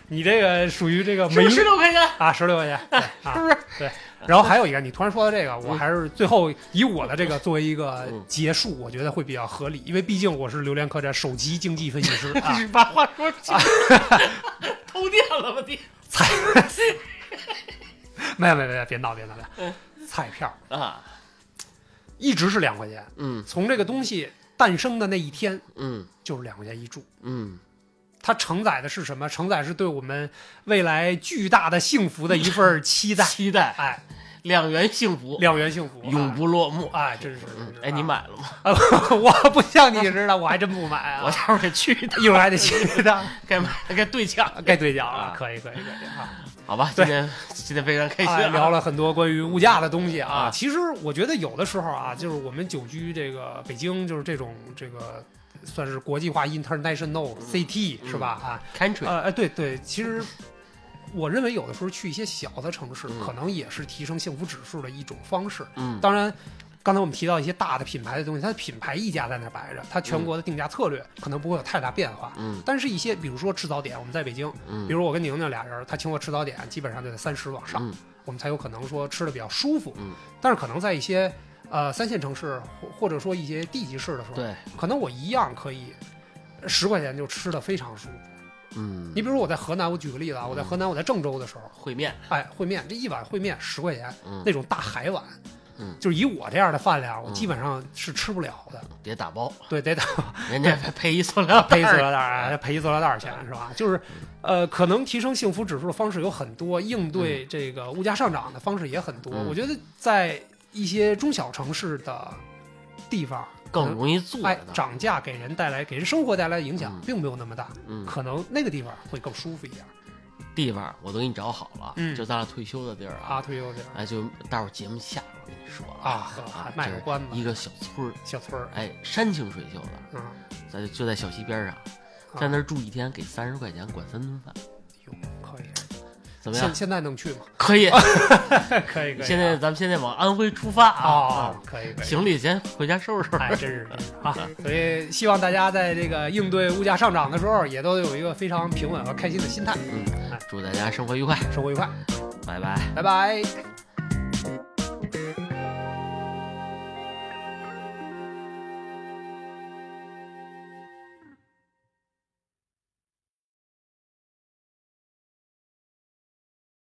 Speaker 2: 你这个属于这个
Speaker 1: 是
Speaker 2: 没
Speaker 1: 不是十六块钱？
Speaker 2: 啊，十六块钱，对
Speaker 1: [laughs]
Speaker 2: 啊
Speaker 1: 是不是？
Speaker 2: 对，然后还有一个，你突然说到这个，我
Speaker 1: 嗯
Speaker 2: 还是最后以我的这个作为一个
Speaker 1: 嗯
Speaker 2: 结束，我觉得会比较合理，因为毕竟我是榴莲客栈首席经济分析
Speaker 1: [laughs]
Speaker 2: 师啊，
Speaker 1: 你把话说清楚， [laughs] 偷电了吧你？
Speaker 2: 彩，没有没有没有，别闹别闹别
Speaker 1: 嗯
Speaker 2: 闹，彩票
Speaker 1: 啊，
Speaker 2: 一直是两块钱，
Speaker 1: 嗯
Speaker 2: 从这个东西诞生的那一天
Speaker 1: 嗯
Speaker 2: 就是两块钱一注。
Speaker 1: 嗯，。
Speaker 2: 它承载的是什么？承载是对我们未来巨大的幸福的一份儿期待
Speaker 1: 期待
Speaker 2: 哎，
Speaker 1: 两元幸福
Speaker 2: 两元幸福，
Speaker 1: 嗯
Speaker 2: 啊
Speaker 1: 永不落幕。
Speaker 2: 哎，真是
Speaker 1: 嗯
Speaker 2: 真是。
Speaker 1: 哎，你
Speaker 2: 啊
Speaker 1: 买了吗？
Speaker 2: 啊，我不像你似的，我还真不买
Speaker 1: [laughs] 我
Speaker 2: 啊，
Speaker 1: 待会儿得去一趟，
Speaker 2: 一会儿还得去一趟，
Speaker 1: 该买该兑奖。
Speaker 2: 该兑奖了
Speaker 1: 啊，
Speaker 2: 可以可以可以啊！
Speaker 1: [laughs] 好吧，今天今天非常开心
Speaker 2: 哎
Speaker 1: 啊，
Speaker 2: 聊了很多关于物价的东西啊，
Speaker 1: 啊
Speaker 2: 其实我觉得有的时候啊，就是我们久居这个北京，就是这种这个算是国际化 international CT
Speaker 1: 嗯
Speaker 2: 是吧？啊，
Speaker 1: country，
Speaker 2: 呃哎对对，其实。我认为有的时候去一些小的城市，
Speaker 1: 嗯
Speaker 2: 可能也是提升幸福指数的一种方式。
Speaker 1: 嗯
Speaker 2: 当然，刚才我们提到一些大的品牌的东西，它的品牌溢价在那儿摆着，它全国的定价策略可能不会有太大变化。
Speaker 1: 嗯
Speaker 2: 但是，一些比如说吃早点，我们在北京，
Speaker 1: 嗯，
Speaker 2: 比如我跟宁宁俩人，他请我吃早点，基本上就得三十往上，
Speaker 1: 嗯
Speaker 2: 我们才有可能说吃的比较舒服。
Speaker 1: 嗯
Speaker 2: 但是可能在一些呃三线城市或或者说一些地级市的时候，
Speaker 1: 对，
Speaker 2: 可能我一样可以十块钱就吃的非常舒服。
Speaker 1: 嗯
Speaker 2: 你，比如我在河南，我举个例子啊，我在河南，我在郑州的时候，
Speaker 1: 烩面，
Speaker 2: 哎，烩面这一碗烩面十块钱，
Speaker 1: 嗯
Speaker 2: 那种大海碗，
Speaker 1: 嗯
Speaker 2: 就是以我这样的饭量，我
Speaker 1: 嗯
Speaker 2: 基本上是吃不了的。
Speaker 1: 别打包，
Speaker 2: 对，得打
Speaker 1: 人家还配一塑
Speaker 2: [laughs]
Speaker 1: 料
Speaker 2: 赔
Speaker 1: 袋
Speaker 2: 塑
Speaker 1: 儿，
Speaker 2: 料袋儿，哎赔塑料袋儿钱是吧？
Speaker 1: 嗯
Speaker 2: 就是，呃，可能提升幸福指数的方式有很多，应对这个物价上涨的方式也很多。
Speaker 1: 嗯
Speaker 2: 我觉得在一些中小城市的地方，
Speaker 1: 更容易做
Speaker 2: 哎
Speaker 1: 得，到。
Speaker 2: 涨价给人带来给人生活带来的影响
Speaker 1: 嗯
Speaker 2: 并没有那么大，
Speaker 1: 嗯，
Speaker 2: 可能那个地方会更舒服一点
Speaker 1: 地方我都给你找好了，
Speaker 2: 嗯
Speaker 1: 就咱俩退休的地儿
Speaker 2: 啊。
Speaker 1: 啊。
Speaker 2: 退休点
Speaker 1: 哎，就待会儿节目下我跟你说了
Speaker 2: 啊，呵还卖
Speaker 1: 这
Speaker 2: 个
Speaker 1: 是
Speaker 2: 关子，
Speaker 1: 一个小村儿，
Speaker 2: 小村儿，
Speaker 1: 哎，山清水秀的，
Speaker 2: 嗯，
Speaker 1: 咱就就在小溪边上，
Speaker 2: 啊
Speaker 1: 在那儿住一天，给三十块钱管三顿饭，
Speaker 2: 哟可以，
Speaker 1: 怎么样
Speaker 2: 现？现在能去吗？ [laughs]
Speaker 1: 可以。
Speaker 2: 可以可以啊，
Speaker 1: 现在咱们现在往安徽出发
Speaker 2: 哦
Speaker 1: 啊，，
Speaker 2: 可以可
Speaker 1: 啊
Speaker 2: 以。
Speaker 1: 行李先回家收拾收拾。
Speaker 2: 哎，真
Speaker 1: [laughs]
Speaker 2: 是真是啊！所以希望大家在这个应对物价上涨的时候，也都有一个非常平稳和开心的心态，
Speaker 1: 嗯，祝大家生活愉快，
Speaker 2: 生活愉快，
Speaker 1: 拜拜。
Speaker 2: 拜拜。